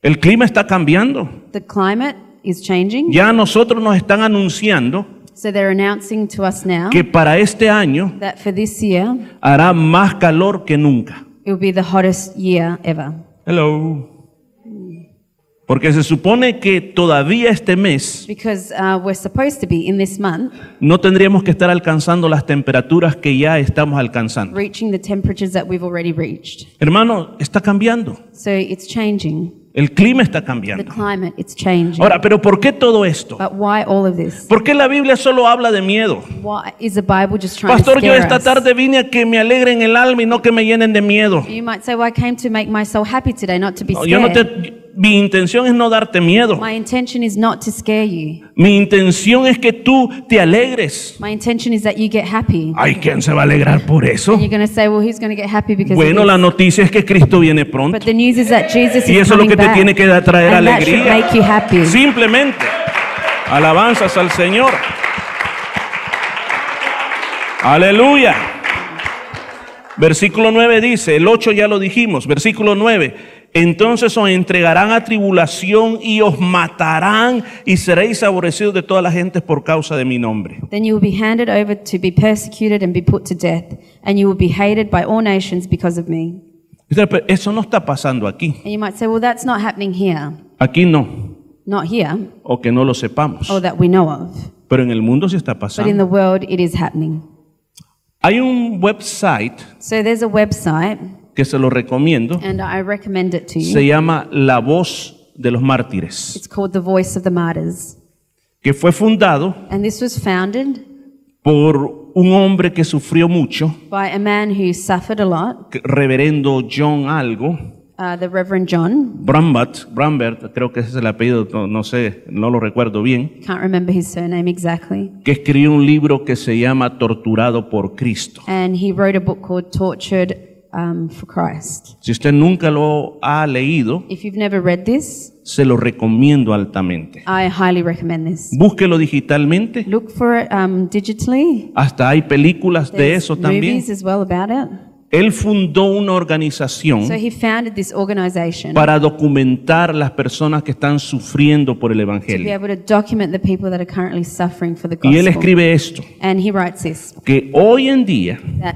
Speaker 1: El clima está cambiando.
Speaker 2: The climate is changing.
Speaker 1: Ya a nosotros nos están anunciando
Speaker 2: So they're announcing to us now
Speaker 1: que para este año
Speaker 2: that for this year,
Speaker 1: hará más calor que nunca.
Speaker 2: it will be the hottest year ever.
Speaker 1: Hello. Porque se supone que todavía este mes
Speaker 2: Because uh, we're supposed to be in this month
Speaker 1: no tendríamos que estar alcanzando las temperaturas que ya estamos alcanzando.
Speaker 2: reaching the temperatures that we've already reached.
Speaker 1: Hermano, está cambiando.
Speaker 2: So it's changing.
Speaker 1: El clima está
Speaker 2: The
Speaker 1: cambiando.
Speaker 2: climate, it's changing.
Speaker 1: Ahora, pero ¿por qué todo esto?
Speaker 2: But why all of this?
Speaker 1: ¿Por qué la Biblia solo habla de miedo?
Speaker 2: Why is the Bible just trying
Speaker 1: Pastor,
Speaker 2: to
Speaker 1: yo
Speaker 2: scare
Speaker 1: esta
Speaker 2: us?
Speaker 1: tarde vine a que me alegren el alma y no que me llenen de miedo.
Speaker 2: You might say, well, I came to make my soul happy today, not to be
Speaker 1: No,
Speaker 2: scared.
Speaker 1: yo no te, mi intención es no darte miedo.
Speaker 2: My intention is not to scare you.
Speaker 1: Mi intención es que tú te alegres.
Speaker 2: My intention is that you get happy.
Speaker 1: Ay, ¿quién se va a alegrar por eso?
Speaker 2: And you're going to say, well, who's going to get happy because of
Speaker 1: Bueno,
Speaker 2: this?
Speaker 1: la noticia es que Cristo viene pronto.
Speaker 2: But the news is that Jesus
Speaker 1: Y
Speaker 2: is
Speaker 1: eso es lo
Speaker 2: coming
Speaker 1: que te
Speaker 2: back.
Speaker 1: tiene que da- traer
Speaker 2: and that should
Speaker 1: alegría.
Speaker 2: make you happy.
Speaker 1: Simplemente. Alabanzas al Señor. Aleluya. Versículo 9 dice, el 8 ya lo dijimos, versículo 9, entonces os entregarán a tribulación y os matarán y seréis aborrecidos de todas las gentes por causa de mi nombre.
Speaker 2: Then you will be handed over to be persecuted and be put to death, and you will be hated by all nations because of me.
Speaker 1: Usted, pero Eso no está pasando aquí,
Speaker 2: And you might say, well, that's not happening here,
Speaker 1: aquí no,
Speaker 2: not here,
Speaker 1: o que no lo sepamos,
Speaker 2: or that we know of,
Speaker 1: pero en el mundo sí está
Speaker 2: but in
Speaker 1: pasando.
Speaker 2: the world it is happening.
Speaker 1: Hay un website
Speaker 2: So there's a website,
Speaker 1: que se lo recomiendo,
Speaker 2: and I recommend it to you.
Speaker 1: se llama La Voz de los Mártires,
Speaker 2: It's called The Voice of the Martyrs.
Speaker 1: que fue fundado
Speaker 2: And this was founded
Speaker 1: por un hombre que sufrió mucho,
Speaker 2: by a man who suffered a lot,
Speaker 1: que- reverendo John algo,
Speaker 2: uh, the Reverend John.
Speaker 1: Brambert, Brambert, creo que ese es el apellido, no, no sé, no lo recuerdo bien,
Speaker 2: Can't remember his surname exactly.
Speaker 1: que escribió un libro que se llama Torturado por Cristo.
Speaker 2: And he wrote a book called Tortured um, for Christ.
Speaker 1: Si usted nunca lo ha leído,
Speaker 2: If you've never read this,
Speaker 1: se lo recomiendo altamente.
Speaker 2: I highly recommend this.
Speaker 1: Búsquelo digitalmente,
Speaker 2: Look for it um, digitally.
Speaker 1: hasta hay películas de
Speaker 2: There's
Speaker 1: eso también. Mm-hmm.
Speaker 2: movies as well about it.
Speaker 1: Él fundó una organización
Speaker 2: So he founded this organization
Speaker 1: para documentar las personas que están sufriendo por el
Speaker 2: to be
Speaker 1: Evangelio.
Speaker 2: able to document the people that are currently suffering for the
Speaker 1: Y él
Speaker 2: gospel.
Speaker 1: escribe esto,
Speaker 2: And he writes this
Speaker 1: que hoy en día
Speaker 2: that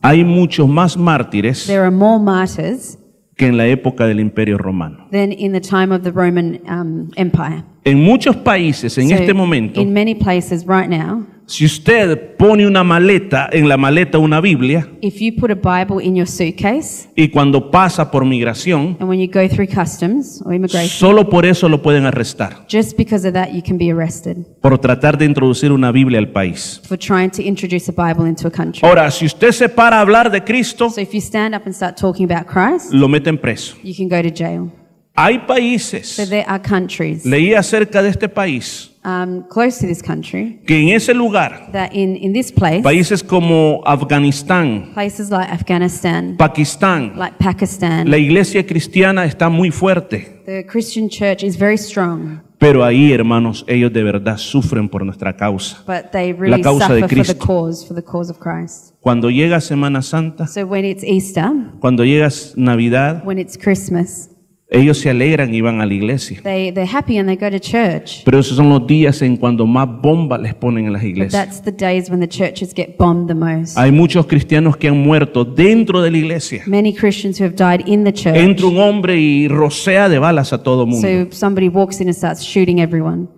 Speaker 1: hay muchos más mártires
Speaker 2: there are more martyrs
Speaker 1: que en la época del Imperio Romano.
Speaker 2: than in the time of the Roman um, Empire.
Speaker 1: En muchos países, en
Speaker 2: So,
Speaker 1: este momento,
Speaker 2: in many places right now,
Speaker 1: si usted pone una maleta, en la maleta una Biblia,
Speaker 2: if you put a Bible in your suitcase
Speaker 1: y cuando pasa por migración,
Speaker 2: and when you go through customs or immigration,
Speaker 1: solo por eso lo pueden arrestar,
Speaker 2: just because of that, you can be arrested
Speaker 1: por tratar de introducir una Biblia al país.
Speaker 2: for trying to introduce a Bible into a country.
Speaker 1: Ahora, si usted se para a hablar de Cristo,
Speaker 2: So if you stand up and start talking about Christ,
Speaker 1: lo meten preso.
Speaker 2: you can go to jail.
Speaker 1: Hay
Speaker 2: So
Speaker 1: países,
Speaker 2: there are countries
Speaker 1: leí acerca de este país,
Speaker 2: um, close to this country
Speaker 1: que en ese lugar,
Speaker 2: that in, in this place,
Speaker 1: países como Afganistán,
Speaker 2: places like Afghanistan,
Speaker 1: Pakistán,
Speaker 2: like Pakistan,
Speaker 1: la iglesia cristiana está muy fuerte,
Speaker 2: the Christian church is very strong,
Speaker 1: pero ahí, hermanos, ellos de verdad sufren por nuestra causa.
Speaker 2: but they really
Speaker 1: causa de
Speaker 2: suffer for the
Speaker 1: Cristo.
Speaker 2: cause, for the cause of Christ.
Speaker 1: Cuando llega Semana Santa,
Speaker 2: So when it's Easter,
Speaker 1: cuando llega Navidad,
Speaker 2: when it's Christmas,
Speaker 1: ellos se alegran y van a la iglesia.
Speaker 2: they, they're happy and they go to church.
Speaker 1: Pero esos son los días en cuando más bombas les ponen en las
Speaker 2: But
Speaker 1: iglesias.
Speaker 2: that's the days when the churches get bombed the most.
Speaker 1: Hay muchos cristianos que han muerto dentro de la iglesia.
Speaker 2: Many Christians who have died in the church.
Speaker 1: Entra un hombre y rocea de balas a todo mundo.
Speaker 2: So somebody walks in and starts shooting everyone.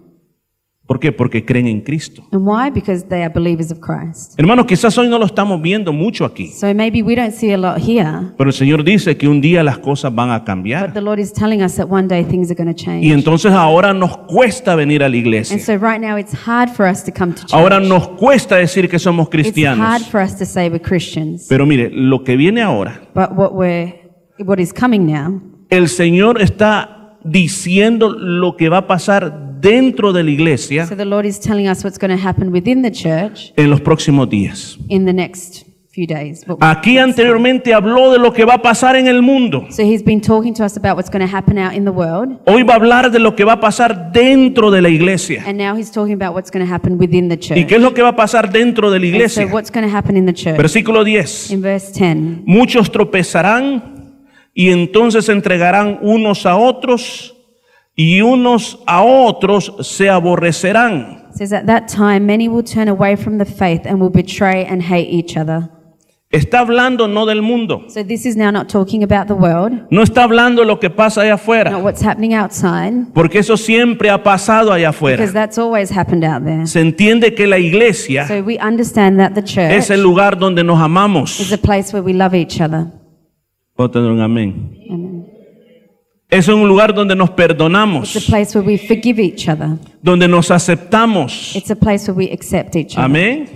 Speaker 1: ¿Por qué? Porque creen en Cristo.
Speaker 2: And why? Because they are believers of Christ.
Speaker 1: Hermanos, quizás hoy no lo estamos viendo mucho aquí.
Speaker 2: So maybe we don't see a lot here,
Speaker 1: Pero el Señor dice que un día las cosas van a
Speaker 2: but
Speaker 1: cambiar.
Speaker 2: the Lord is telling us that one day things are going to
Speaker 1: Y
Speaker 2: change.
Speaker 1: entonces ahora nos cuesta venir a la
Speaker 2: And
Speaker 1: iglesia.
Speaker 2: so right now it's hard for us to come to church.
Speaker 1: Ahora nos cuesta decir que somos
Speaker 2: it's hard
Speaker 1: cristianos.
Speaker 2: for us to say we're Christians.
Speaker 1: Pero mire, lo que viene ahora,
Speaker 2: But what we're what is coming now,
Speaker 1: el Señor está diciendo lo que va a pasar dentro de la iglesia
Speaker 2: so the Lord is telling us what's going to happen within the church
Speaker 1: en los próximos días.
Speaker 2: in the next few days. What-
Speaker 1: Aquí anteriormente habló de lo que va a pasar en el mundo.
Speaker 2: So he's been talking to us about what's going to happen out in the world,
Speaker 1: Hoy va a hablar de lo que va a pasar dentro de la iglesia.
Speaker 2: and now he's talking about what's going to happen within the
Speaker 1: ¿Y
Speaker 2: church.
Speaker 1: qué es lo que va a pasar dentro de la
Speaker 2: And so
Speaker 1: iglesia?
Speaker 2: what's going to happen in the church?
Speaker 1: Versículo 10.
Speaker 2: In verse 10,
Speaker 1: Muchos tropezarán y entonces se entregarán unos a otros y unos a otros se aborrecerán.
Speaker 2: it says at that time many will turn away from the faith and will betray and hate each other.
Speaker 1: Está hablando no del mundo,
Speaker 2: So this is now not talking about the world,
Speaker 1: no está hablando lo que pasa allá
Speaker 2: not
Speaker 1: afuera,
Speaker 2: what's happening outside.
Speaker 1: porque eso siempre ha pasado allá
Speaker 2: Because
Speaker 1: afuera.
Speaker 2: that's always happened out there.
Speaker 1: Se entiende que la iglesia
Speaker 2: So we understand that the church
Speaker 1: es el lugar donde nos
Speaker 2: is
Speaker 1: amamos.
Speaker 2: a place where we love each other.
Speaker 1: Puedo tener un amén.
Speaker 2: Amen.
Speaker 1: Es un lugar donde nos
Speaker 2: It's a
Speaker 1: perdonamos,
Speaker 2: place where we forgive each other.
Speaker 1: donde nos aceptamos.
Speaker 2: It's a place where we accept each other.
Speaker 1: Amén.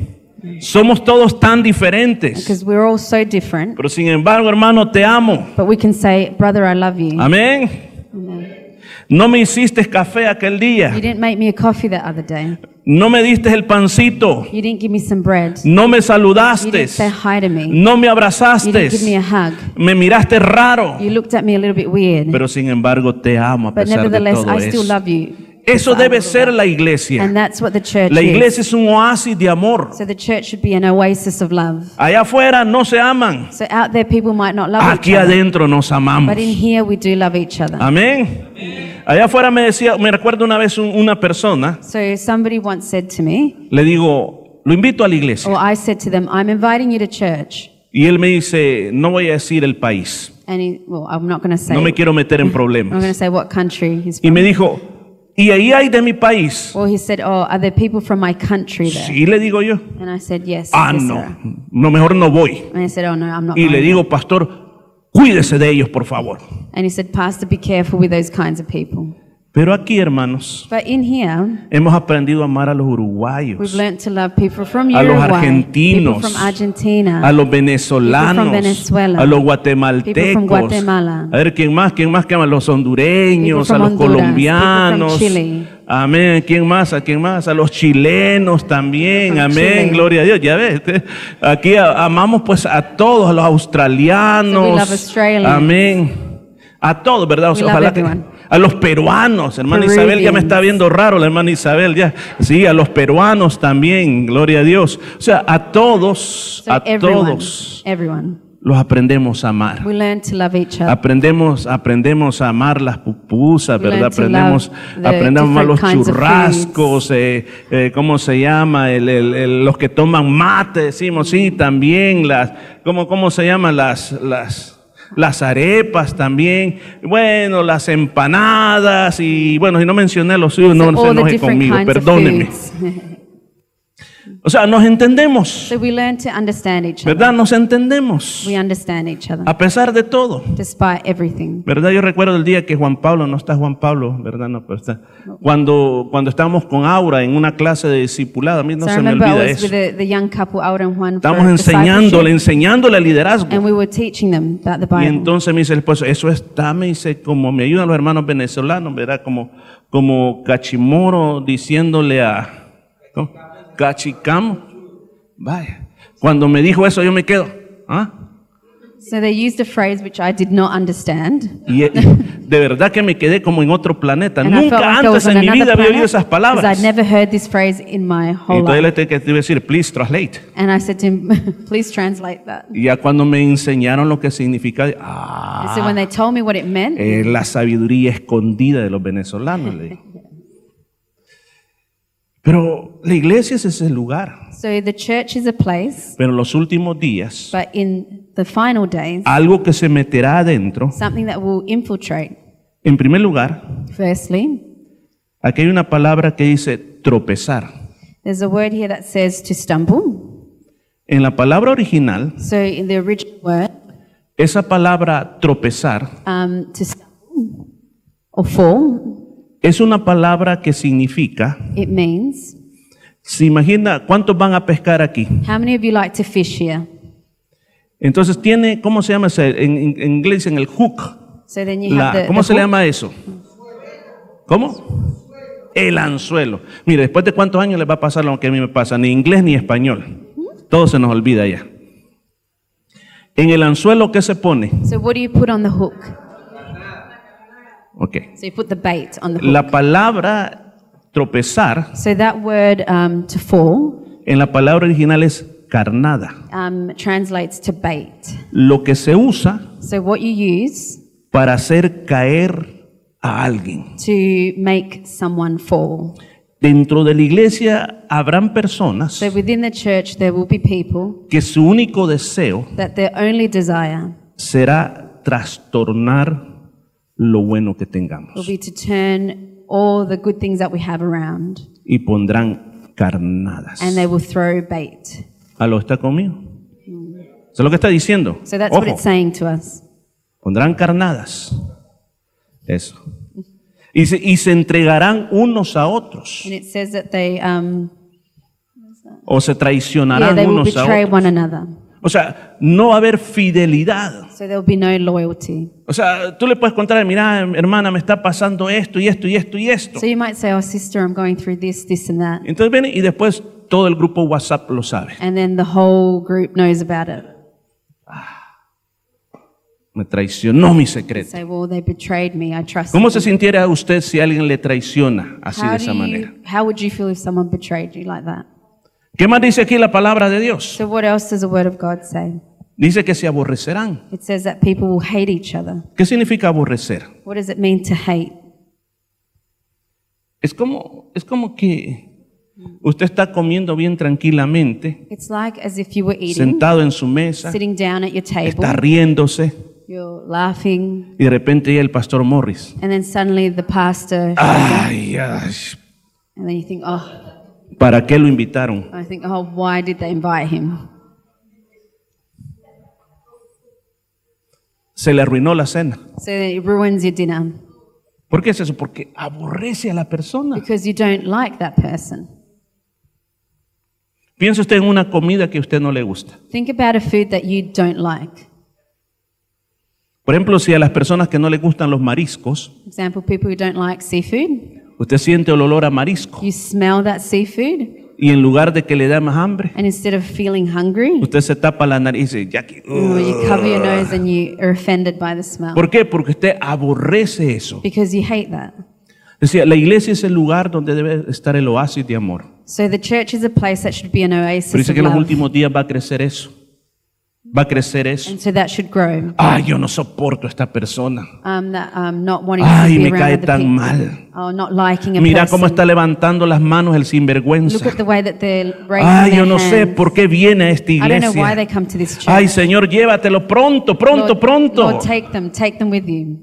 Speaker 1: Somos todos tan diferentes.
Speaker 2: Because we're all so different.
Speaker 1: Pero sin embargo, hermano, te amo.
Speaker 2: But we can say, brother, I love you.
Speaker 1: Amén.
Speaker 2: Amen.
Speaker 1: No me hiciste café aquel
Speaker 2: You
Speaker 1: día.
Speaker 2: didn't make me a coffee the other day.
Speaker 1: No me diste el pancito.
Speaker 2: You didn't give me some bread.
Speaker 1: No me
Speaker 2: You
Speaker 1: saludaste.
Speaker 2: didn't say hi to me.
Speaker 1: No me
Speaker 2: You didn't este give me
Speaker 1: abrazaste.
Speaker 2: a hug.
Speaker 1: Me miraste raro.
Speaker 2: You looked at me a little bit weird.
Speaker 1: Pero sin embargo, te amo a
Speaker 2: But
Speaker 1: pesar de
Speaker 2: nevertheless,
Speaker 1: todo
Speaker 2: I still
Speaker 1: eso.
Speaker 2: love you.
Speaker 1: Eso
Speaker 2: Because I
Speaker 1: debe
Speaker 2: love
Speaker 1: ser
Speaker 2: you.
Speaker 1: la iglesia.
Speaker 2: And that's what the church
Speaker 1: La
Speaker 2: is.
Speaker 1: iglesia es un oasis de amor.
Speaker 2: So the church should be an oasis of love.
Speaker 1: Allá afuera no se aman.
Speaker 2: So out there, people might not love
Speaker 1: Aquí
Speaker 2: each other,
Speaker 1: adentro Ah. nos amamos.
Speaker 2: but in here we do love each other.
Speaker 1: Amén. Allá afuera me decía, me recuerdo una vez un- una persona,
Speaker 2: so somebody once said to me,
Speaker 1: le digo, lo invito a la iglesia.
Speaker 2: or I said to them, "I'm inviting you to church,"
Speaker 1: Y él me dice, no voy a decir el país,
Speaker 2: and he, well, I'm not going to say.
Speaker 1: no me quiero meter en
Speaker 2: I'm going to
Speaker 1: problemas.
Speaker 2: say what country he's
Speaker 1: Y
Speaker 2: from.
Speaker 1: me dijo, ¿y ahí hay de mi país?
Speaker 2: Well, he said, "Oh, are there people from my country there?"
Speaker 1: Sí, le digo yo,
Speaker 2: And I said, "Yes."
Speaker 1: ah,
Speaker 2: yes,
Speaker 1: no,
Speaker 2: sir."
Speaker 1: no, mejor no voy.
Speaker 2: And I said, "Oh no, I'm not."
Speaker 1: Y le
Speaker 2: going."
Speaker 1: digo, pastor, cuídese de ellos, por favor.
Speaker 2: And he said, "Pastor, be careful with those kinds of people."
Speaker 1: Pero aquí, hermanos,
Speaker 2: But in here,
Speaker 1: hemos aprendido a amar a los
Speaker 2: we've
Speaker 1: uruguayos,
Speaker 2: learnt to love people from
Speaker 1: A los
Speaker 2: Uruguay, people
Speaker 1: argentinos,
Speaker 2: from Argentina,
Speaker 1: a los venezolanos,
Speaker 2: Venezuela,
Speaker 1: a los
Speaker 2: people from
Speaker 1: guatemaltecos,
Speaker 2: Guatemala,
Speaker 1: a ver, ¿quién más? ¿Quién más que ama? Los hondureños, a
Speaker 2: People
Speaker 1: los
Speaker 2: from Honduras,
Speaker 1: colombianos.
Speaker 2: people from Chile.
Speaker 1: Amén. ¿Quién más? ¿A quién más? A los chilenos también.
Speaker 2: From
Speaker 1: Amén.
Speaker 2: Chile.
Speaker 1: Gloria a Dios. Ya ves, te- aquí a- amamos pues a todos, a los
Speaker 2: So we love
Speaker 1: australianos.
Speaker 2: Australians.
Speaker 1: Amén. A todos, ¿verdad? O sea,
Speaker 2: We love
Speaker 1: ojalá que,
Speaker 2: everyone.
Speaker 1: A los peruanos, hermana
Speaker 2: Peruvians.
Speaker 1: Isabel ya me está viendo raro, la hermana Isabel ya. Sí, a los peruanos también, gloria a Dios. O sea, a todos,
Speaker 2: So
Speaker 1: a
Speaker 2: everyone,
Speaker 1: todos
Speaker 2: everyone.
Speaker 1: los aprendemos a amar.
Speaker 2: We learn to love each other.
Speaker 1: Aprendemos, aprendemos a amar las pupusas,
Speaker 2: We learn
Speaker 1: ¿verdad?
Speaker 2: to
Speaker 1: Aprendemos,
Speaker 2: love the
Speaker 1: aprendemos a los
Speaker 2: different kinds of
Speaker 1: churrascos, eh, eh, ¿cómo se llama? El- el- el- los que toman mate, decimos, sí, también las, ¿cómo, cómo se llaman las, las, las arepas también? Bueno, las empanadas y, bueno, si no mencioné los suyos, no se
Speaker 2: All the
Speaker 1: enoje
Speaker 2: different
Speaker 1: conmigo,
Speaker 2: kinds of
Speaker 1: perdónenme.
Speaker 2: foods.
Speaker 1: O sea, nos entendemos,
Speaker 2: So we learn to understand each other.
Speaker 1: ¿verdad? Nos entendemos,
Speaker 2: We understand each other
Speaker 1: a pesar de todo.
Speaker 2: despite everything.
Speaker 1: ¿Verdad? Yo recuerdo el día que Juan Pablo, no está Juan Pablo, ¿verdad? No, pero está. Cuando, cuando estábamos con Aura en una clase de discipulado, a mí no
Speaker 2: so I
Speaker 1: se me
Speaker 2: remember I
Speaker 1: olvida
Speaker 2: was
Speaker 1: eso.
Speaker 2: with the, the young couple, Aura and Juan, for
Speaker 1: Estábamos enseñándole,
Speaker 2: discipleship,
Speaker 1: enseñándole el liderazgo.
Speaker 2: and we were teaching them about the
Speaker 1: Y
Speaker 2: Bible.
Speaker 1: entonces me dice el esposo, eso está, me dice, como me ayudan los hermanos venezolanos, ¿verdad? Como, como Cachimoro diciéndole a ¿cómo? Cachicamo. Vaya. Cuando me dijo eso, yo me quedo. ¿Ah?
Speaker 2: so they used a phrase which I did not understand.
Speaker 1: Y, y de verdad que me quedé como en otro planeta.
Speaker 2: And I
Speaker 1: Nunca
Speaker 2: felt like I
Speaker 1: antes
Speaker 2: was on
Speaker 1: en mi
Speaker 2: another
Speaker 1: vida había oído
Speaker 2: planet
Speaker 1: esas
Speaker 2: because
Speaker 1: palabras.
Speaker 2: I'd never heard this phrase in my
Speaker 1: Y
Speaker 2: whole
Speaker 1: entonces
Speaker 2: life.
Speaker 1: le tuve que decir, please translate.
Speaker 2: And I said to him, please translate that.
Speaker 1: Y ya cuando me enseñaron lo que significa,
Speaker 2: And so
Speaker 1: ah,
Speaker 2: when they told me what it meant,
Speaker 1: eh, la sabiduría escondida de los venezolanos. le digo. Pero la iglesia es ese lugar.
Speaker 2: so the church is a place,
Speaker 1: Pero en los últimos días,
Speaker 2: but in the final days,
Speaker 1: algo que se meterá adentro,
Speaker 2: something that will infiltrate.
Speaker 1: en primer lugar,
Speaker 2: Firstly,
Speaker 1: aquí hay una palabra que dice tropezar.
Speaker 2: there's a word here that says to stumble.
Speaker 1: En la palabra original,
Speaker 2: So in the original word,
Speaker 1: esa palabra tropezar
Speaker 2: um, to stumble or fall,
Speaker 1: Es una palabra que significa,
Speaker 2: it means
Speaker 1: se imagina cuántos van a pescar aquí.
Speaker 2: how many of you like to fish here?
Speaker 1: Entonces tiene, ¿cómo se llama? ese? En, en- en inglés en el hook.
Speaker 2: So then you
Speaker 1: La-
Speaker 2: have the,
Speaker 1: ¿Cómo
Speaker 2: the
Speaker 1: se le
Speaker 2: hook.
Speaker 1: llama eso? ¿Cómo? El anzuelo. Mire, después de cuántos años les va a pasar lo que a mí me pasa, ni inglés ni español. Todo se nos olvida ya. En el anzuelo, ¿qué se pone?
Speaker 2: So what do you put on the hook?
Speaker 1: Ok.
Speaker 2: So you put the bait on the hook.
Speaker 1: La palabra tropezar
Speaker 2: So that word um, to fall
Speaker 1: en la palabra original es carnada.
Speaker 2: um, translates to bait.
Speaker 1: Lo que se usa
Speaker 2: So what you use
Speaker 1: para hacer caer a alguien.
Speaker 2: to make someone fall.
Speaker 1: Dentro de la iglesia habrán personas
Speaker 2: So within the church, there will be people
Speaker 1: que su único deseo
Speaker 2: that their only desire
Speaker 1: será trastornar lo bueno que
Speaker 2: will
Speaker 1: tengamos
Speaker 2: be to turn all the good things that we have around
Speaker 1: y pondrán carnadas.
Speaker 2: and they will throw bait.
Speaker 1: ¿Aló está conmigo? Eso es lo que está diciendo.
Speaker 2: So that's what
Speaker 1: Ojo,
Speaker 2: it's saying to us.
Speaker 1: pondrán carnadas. Eso. Y se, y se entregarán unos a otros
Speaker 2: And it says that they, um,
Speaker 1: o se
Speaker 2: yeah,
Speaker 1: traicionarán
Speaker 2: they will
Speaker 1: unos a
Speaker 2: betray
Speaker 1: otros.
Speaker 2: one another.
Speaker 1: O sea, no va a haber fidelidad.
Speaker 2: So there will be no loyalty.
Speaker 1: O sea, tú le puedes contar, mira, hermana, me está pasando esto y esto y esto y esto.
Speaker 2: So you might say, oh, sister, I'm going through this, this, and that.
Speaker 1: Entonces viene y después todo el grupo WhatsApp lo sabe.
Speaker 2: And then the whole group knows about it.
Speaker 1: Me traicionó mi
Speaker 2: They
Speaker 1: secreto.
Speaker 2: say, well, they betrayed me. I trust
Speaker 1: ¿Cómo se sintiera usted si alguien le traiciona así de
Speaker 2: how, do
Speaker 1: esa manera?
Speaker 2: you, how would you feel if someone betrayed you like that?
Speaker 1: ¿Qué más dice aquí la palabra de Dios?
Speaker 2: So what else does the word of God say?
Speaker 1: Dice que se aborrecerán.
Speaker 2: It says that people will hate each other.
Speaker 1: ¿Qué significa aborrecer?
Speaker 2: What does it mean to hate?
Speaker 1: Es como, es como que usted está comiendo bien tranquilamente,
Speaker 2: It's like as if you were eating,
Speaker 1: sentado en su mesa,
Speaker 2: sitting down at your table,
Speaker 1: está riéndose
Speaker 2: you're laughing,
Speaker 1: y de repente llega el pastor Morris.
Speaker 2: and then suddenly the pastor,
Speaker 1: Ay, ay,
Speaker 2: and then you think, oh,
Speaker 1: ¿para qué lo invitaron?
Speaker 2: I think, oh, why did they invite him?
Speaker 1: se le arruinó la cena.
Speaker 2: So it ruins your dinner
Speaker 1: ¿Por qué es eso? Porque aborrece a la persona.
Speaker 2: because you don't like that person.
Speaker 1: Piensa usted en una comida que a usted no le gusta.
Speaker 2: Think about a food that you don't like.
Speaker 1: Por ejemplo, si a las personas que no le gustan los mariscos,
Speaker 2: For example, people who don't like seafood,
Speaker 1: usted siente el olor a marisco.
Speaker 2: you smell that seafood,
Speaker 1: y en lugar de que le dé más hambre,
Speaker 2: And instead of feeling hungry,
Speaker 1: usted se tapa la nariz y dice, ya que...
Speaker 2: oh, you cover your nose and you are offended by the smell
Speaker 1: ¿Por qué? Porque usted aborrece eso.
Speaker 2: because you hate that.
Speaker 1: Decía, la iglesia es el lugar donde debe estar el oasis de amor.
Speaker 2: So the church is a place that should be an
Speaker 1: Pero
Speaker 2: oasis
Speaker 1: dice
Speaker 2: of
Speaker 1: que en los
Speaker 2: love.
Speaker 1: últimos días va a crecer eso. Va a crecer eso.
Speaker 2: And so that should grow.
Speaker 1: Ay, yo no soporto a esta persona.
Speaker 2: Um, that um, not wanting
Speaker 1: Ay,
Speaker 2: to
Speaker 1: me
Speaker 2: be around
Speaker 1: cae
Speaker 2: other
Speaker 1: tan
Speaker 2: people.
Speaker 1: mal.
Speaker 2: Oh, not liking a
Speaker 1: Mira
Speaker 2: person.
Speaker 1: cómo está levantando las manos el
Speaker 2: Look at
Speaker 1: sinvergüenza.
Speaker 2: the way that they're raising
Speaker 1: Ay,
Speaker 2: their
Speaker 1: yo no sé
Speaker 2: hands.
Speaker 1: por qué viene a esta
Speaker 2: I don't know why
Speaker 1: iglesia.
Speaker 2: they come to this church.
Speaker 1: Ay, Señor, llévatelo pronto, pronto,
Speaker 2: Lord,
Speaker 1: pronto.
Speaker 2: Lord, take them, take them with you.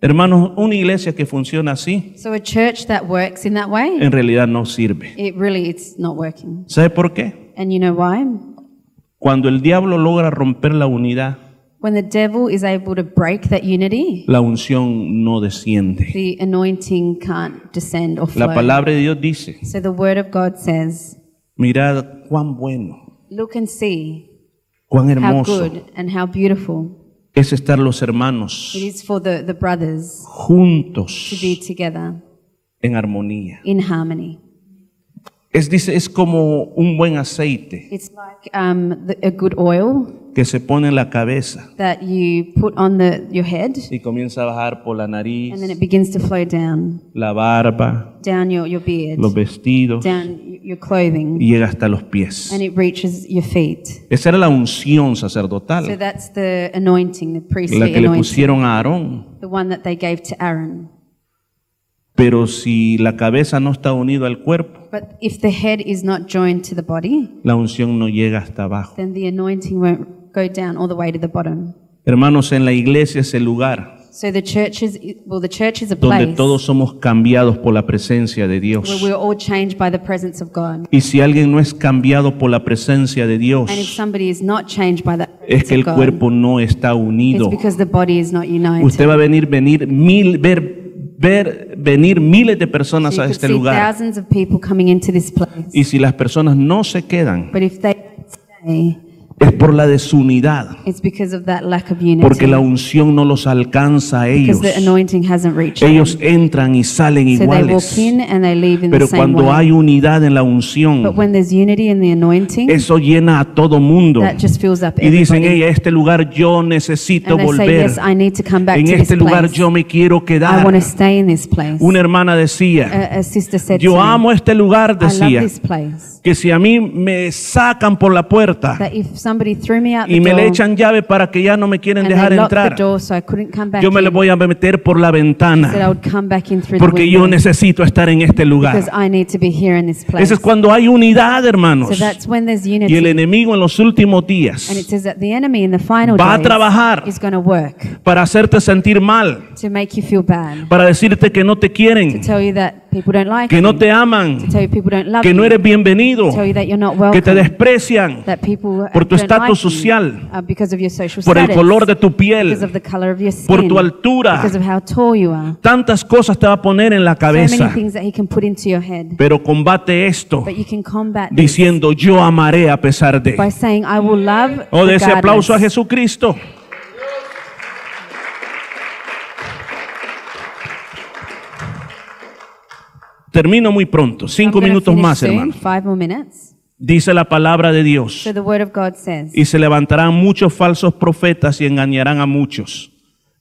Speaker 1: Hermanos, una iglesia que funciona así,
Speaker 2: So a church that works in that way,
Speaker 1: en realidad no sirve.
Speaker 2: it really it's not working.
Speaker 1: ¿Sabe por qué?
Speaker 2: And you know why?
Speaker 1: Cuando el diablo logra romper la unidad,
Speaker 2: When the devil is able to break that unity,
Speaker 1: la unción no desciende.
Speaker 2: the anointing can't descend or flow.
Speaker 1: La palabra de Dios dice,
Speaker 2: So the word of God says,
Speaker 1: mirad cuán bueno,
Speaker 2: look and see
Speaker 1: cuán
Speaker 2: how
Speaker 1: hermoso
Speaker 2: good and how beautiful
Speaker 1: es estar los
Speaker 2: it
Speaker 1: hermanos
Speaker 2: is for the, the brothers to
Speaker 1: juntos
Speaker 2: be together
Speaker 1: en armonía.
Speaker 2: in harmony.
Speaker 1: Es, dice, es como un buen aceite
Speaker 2: It's like um, the, a good oil
Speaker 1: que se pone en la cabeza
Speaker 2: that you put on the, your head
Speaker 1: y comienza a bajar por la nariz,
Speaker 2: and then it begins to flow down,
Speaker 1: la barba,
Speaker 2: down your, your beard,
Speaker 1: los vestidos
Speaker 2: down y- your clothing,
Speaker 1: y llega hasta los pies.
Speaker 2: and it reaches your feet.
Speaker 1: Esa era la unción
Speaker 2: So
Speaker 1: sacerdotal,
Speaker 2: that's the anointing, the
Speaker 1: la
Speaker 2: priestly
Speaker 1: que le
Speaker 2: anointing,
Speaker 1: pusieron a Aarón.
Speaker 2: the one that they gave to Aaron.
Speaker 1: Pero si la cabeza no está unida al cuerpo,
Speaker 2: But if the head is not joined to the body,
Speaker 1: la unción no llega hasta abajo.
Speaker 2: then the anointing won't go down all the way to the bottom.
Speaker 1: Hermanos, en la iglesia es el lugar
Speaker 2: So the church is well, the church is a
Speaker 1: donde
Speaker 2: place
Speaker 1: todos somos cambiados por la presencia de
Speaker 2: where
Speaker 1: Dios.
Speaker 2: we're all changed by the presence of God.
Speaker 1: Y si alguien no es cambiado por la presencia de
Speaker 2: And if
Speaker 1: Dios,
Speaker 2: somebody is not changed by the
Speaker 1: es
Speaker 2: presence
Speaker 1: que el
Speaker 2: of God,
Speaker 1: cuerpo no está
Speaker 2: it's
Speaker 1: unido.
Speaker 2: because the body is not united.
Speaker 1: Usted va a venir, venir mil, ver, ver, venir miles de personas
Speaker 2: So
Speaker 1: a
Speaker 2: you
Speaker 1: este
Speaker 2: could see
Speaker 1: lugar.
Speaker 2: thousands of people coming into this place.
Speaker 1: Y si las personas no se quedan,
Speaker 2: But if they don't stay,
Speaker 1: es por la desunidad,
Speaker 2: it's because of that lack of unity.
Speaker 1: porque la unción no los alcanza a ellos.
Speaker 2: because the anointing hasn't reached
Speaker 1: Ellos entran y salen
Speaker 2: them. So they walk
Speaker 1: iguales.
Speaker 2: in and they leave in
Speaker 1: Pero
Speaker 2: the same way.
Speaker 1: cuando hay unidad en la
Speaker 2: but
Speaker 1: unción,
Speaker 2: when there's unity in the anointing,
Speaker 1: eso llena a todo mundo.
Speaker 2: that just fills up
Speaker 1: Y
Speaker 2: everybody.
Speaker 1: dicen, hey, a este lugar yo necesito
Speaker 2: and they say,
Speaker 1: volver.
Speaker 2: yes, I need to come back
Speaker 1: En
Speaker 2: to this
Speaker 1: este lugar
Speaker 2: place.
Speaker 1: yo me quiero
Speaker 2: I want to
Speaker 1: quedar.
Speaker 2: stay in this place.
Speaker 1: Una hermana decía,
Speaker 2: a, a sister said to
Speaker 1: yo
Speaker 2: me,
Speaker 1: amo este lugar,
Speaker 2: I love
Speaker 1: decía,
Speaker 2: this place.
Speaker 1: que si a mí me sacan por la puerta
Speaker 2: That if somebody threw me out
Speaker 1: y
Speaker 2: the
Speaker 1: me
Speaker 2: door
Speaker 1: le echan llave para que ya no me quieren
Speaker 2: and they
Speaker 1: dejar
Speaker 2: locked the
Speaker 1: entrar,
Speaker 2: door so I couldn't come back
Speaker 1: yo me
Speaker 2: in,
Speaker 1: le voy a meter por la
Speaker 2: said I
Speaker 1: ventana
Speaker 2: would come back in through the
Speaker 1: porque
Speaker 2: window
Speaker 1: yo necesito estar en este
Speaker 2: because
Speaker 1: lugar.
Speaker 2: I need to be here in this place.
Speaker 1: Eso es cuando hay unidad, hermanos.
Speaker 2: so that's when there's
Speaker 1: Y
Speaker 2: unity.
Speaker 1: el enemigo en los últimos días
Speaker 2: and it says that the enemy in the final
Speaker 1: va a
Speaker 2: days
Speaker 1: trabajar
Speaker 2: is going to work
Speaker 1: para hacerte sentir mal,
Speaker 2: to make you feel bad,
Speaker 1: para decirte que no te
Speaker 2: to
Speaker 1: quieren,
Speaker 2: tell you that people don't like
Speaker 1: que
Speaker 2: you,
Speaker 1: no te aman,
Speaker 2: to tell you people don't love
Speaker 1: que no
Speaker 2: you,
Speaker 1: eres bienvenido,
Speaker 2: to tell you that you're not
Speaker 1: que
Speaker 2: welcome,
Speaker 1: te desprecian
Speaker 2: that people
Speaker 1: por tu
Speaker 2: don't like
Speaker 1: estatus
Speaker 2: you,
Speaker 1: social,
Speaker 2: uh, because of your social
Speaker 1: por el
Speaker 2: status,
Speaker 1: color de tu
Speaker 2: because of
Speaker 1: piel,
Speaker 2: the color of your skin,
Speaker 1: por tu altura.
Speaker 2: because of how tall you are.
Speaker 1: Tantas cosas te va a poner en la
Speaker 2: So many
Speaker 1: cabeza,
Speaker 2: things that he can put into your head.
Speaker 1: pero combate esto
Speaker 2: But you can combat this
Speaker 1: diciendo yo amaré a pesar
Speaker 2: by
Speaker 1: de.
Speaker 2: saying, I will love
Speaker 1: O Oh, de ese
Speaker 2: regardless."
Speaker 1: aplauso a Jesucristo. Termino muy pronto,
Speaker 2: I'm
Speaker 1: cinco
Speaker 2: gonna
Speaker 1: minutos
Speaker 2: finish
Speaker 1: más,
Speaker 2: soon,
Speaker 1: hermano.
Speaker 2: Five more minutes.
Speaker 1: Dice la palabra de Dios.
Speaker 2: So the word of God says,
Speaker 1: y se levantarán muchos falsos profetas y engañarán a muchos.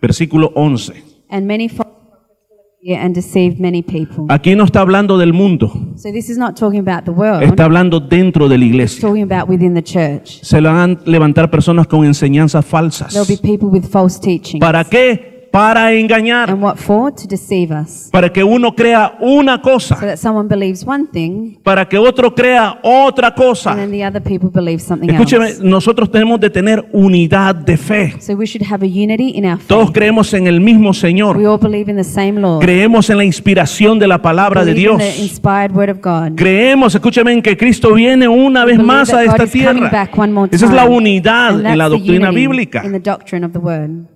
Speaker 1: Versículo 11.
Speaker 2: and many false prophets will appear and deceive many people.
Speaker 1: Aquí no está hablando del mundo,
Speaker 2: So this is not talking about the world.
Speaker 1: está hablando dentro de la
Speaker 2: It's
Speaker 1: iglesia.
Speaker 2: talking about within the church.
Speaker 1: Se le van a levantar personas con enseñanzas
Speaker 2: There'll be
Speaker 1: falsas.
Speaker 2: people with false teaching.
Speaker 1: ¿Para qué? Para engañar,
Speaker 2: And what for? To deceive us.
Speaker 1: para que uno crea una
Speaker 2: So
Speaker 1: cosa,
Speaker 2: that someone believes one thing
Speaker 1: para que otro crea otra
Speaker 2: and
Speaker 1: cosa.
Speaker 2: then the other people believe something
Speaker 1: Escúcheme,
Speaker 2: else.
Speaker 1: nosotros tenemos de tener unidad de fe.
Speaker 2: So we should have a unity in our faith.
Speaker 1: Todos creemos en el mismo
Speaker 2: We
Speaker 1: Señor.
Speaker 2: all believe in the same Lord.
Speaker 1: Creemos en la inspiración de la palabra de
Speaker 2: Believe in the
Speaker 1: Dios.
Speaker 2: inspired word of God.
Speaker 1: Creemos, escúcheme, en que Cristo viene una vez
Speaker 2: Believe
Speaker 1: más
Speaker 2: that
Speaker 1: a
Speaker 2: God
Speaker 1: esta
Speaker 2: is coming
Speaker 1: tierra.
Speaker 2: back one more
Speaker 1: Esa es la
Speaker 2: time.
Speaker 1: unidad
Speaker 2: And
Speaker 1: en la
Speaker 2: that's the
Speaker 1: doctrina
Speaker 2: unity
Speaker 1: bíblica.
Speaker 2: In the doctrine of the word.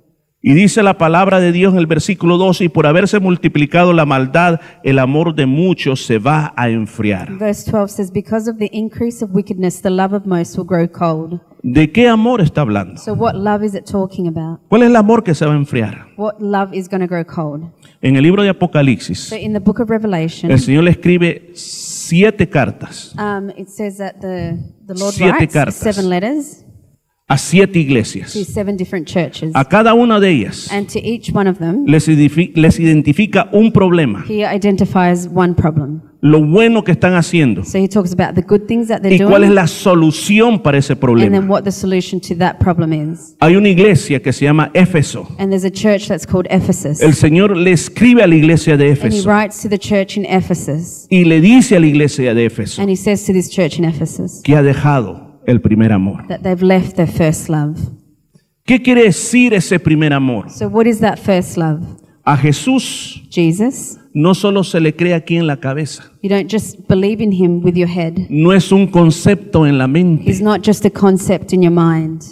Speaker 1: Y dice la palabra de Dios en el versículo 12, y por haberse multiplicado la maldad, el amor de muchos se va a enfriar.
Speaker 2: Verse 12 says, Because of the increase of wickedness, the love of most will grow cold.
Speaker 1: ¿De qué amor está hablando?
Speaker 2: So, what love is it talking about?
Speaker 1: ¿Cuál es el amor que se va a enfriar?
Speaker 2: What love is going to grow cold?
Speaker 1: En el libro de
Speaker 2: So,
Speaker 1: Apocalipsis,
Speaker 2: in the book of Revelation,
Speaker 1: el Señor le escribe siete cartas
Speaker 2: Um, it says that the, the Lord
Speaker 1: Siete
Speaker 2: writes
Speaker 1: cartas.
Speaker 2: seven letters
Speaker 1: a siete
Speaker 2: to
Speaker 1: iglesias.
Speaker 2: seven different churches.
Speaker 1: A cada una de ellas
Speaker 2: and to each one of them,
Speaker 1: les, idifi- les identifica un problema,
Speaker 2: he identifies one problem.
Speaker 1: lo bueno que están haciendo
Speaker 2: So he talks about the good things that they're
Speaker 1: y cuál es
Speaker 2: doing
Speaker 1: la solución para ese
Speaker 2: and then
Speaker 1: problema.
Speaker 2: what the solution to that problem is.
Speaker 1: Hay una iglesia que se llama Éfeso.
Speaker 2: And there's a church that's called Ephesus.
Speaker 1: El Señor le escribe a la iglesia de
Speaker 2: and he
Speaker 1: Éfeso
Speaker 2: writes to the church in Ephesus.
Speaker 1: y le dice a la iglesia de Éfeso
Speaker 2: And he says to this church in Ephesus
Speaker 1: que ha dejado el primer amor.
Speaker 2: that they've left their first love.
Speaker 1: ¿Qué quiere decir ese primer amor?
Speaker 2: So, what is that first love?
Speaker 1: A Jesús
Speaker 2: Jesus.
Speaker 1: no solo se le cree aquí en la cabeza,
Speaker 2: You don't just believe in him with your head,
Speaker 1: no es un concepto en la mente.
Speaker 2: he's not just a concept in your mind.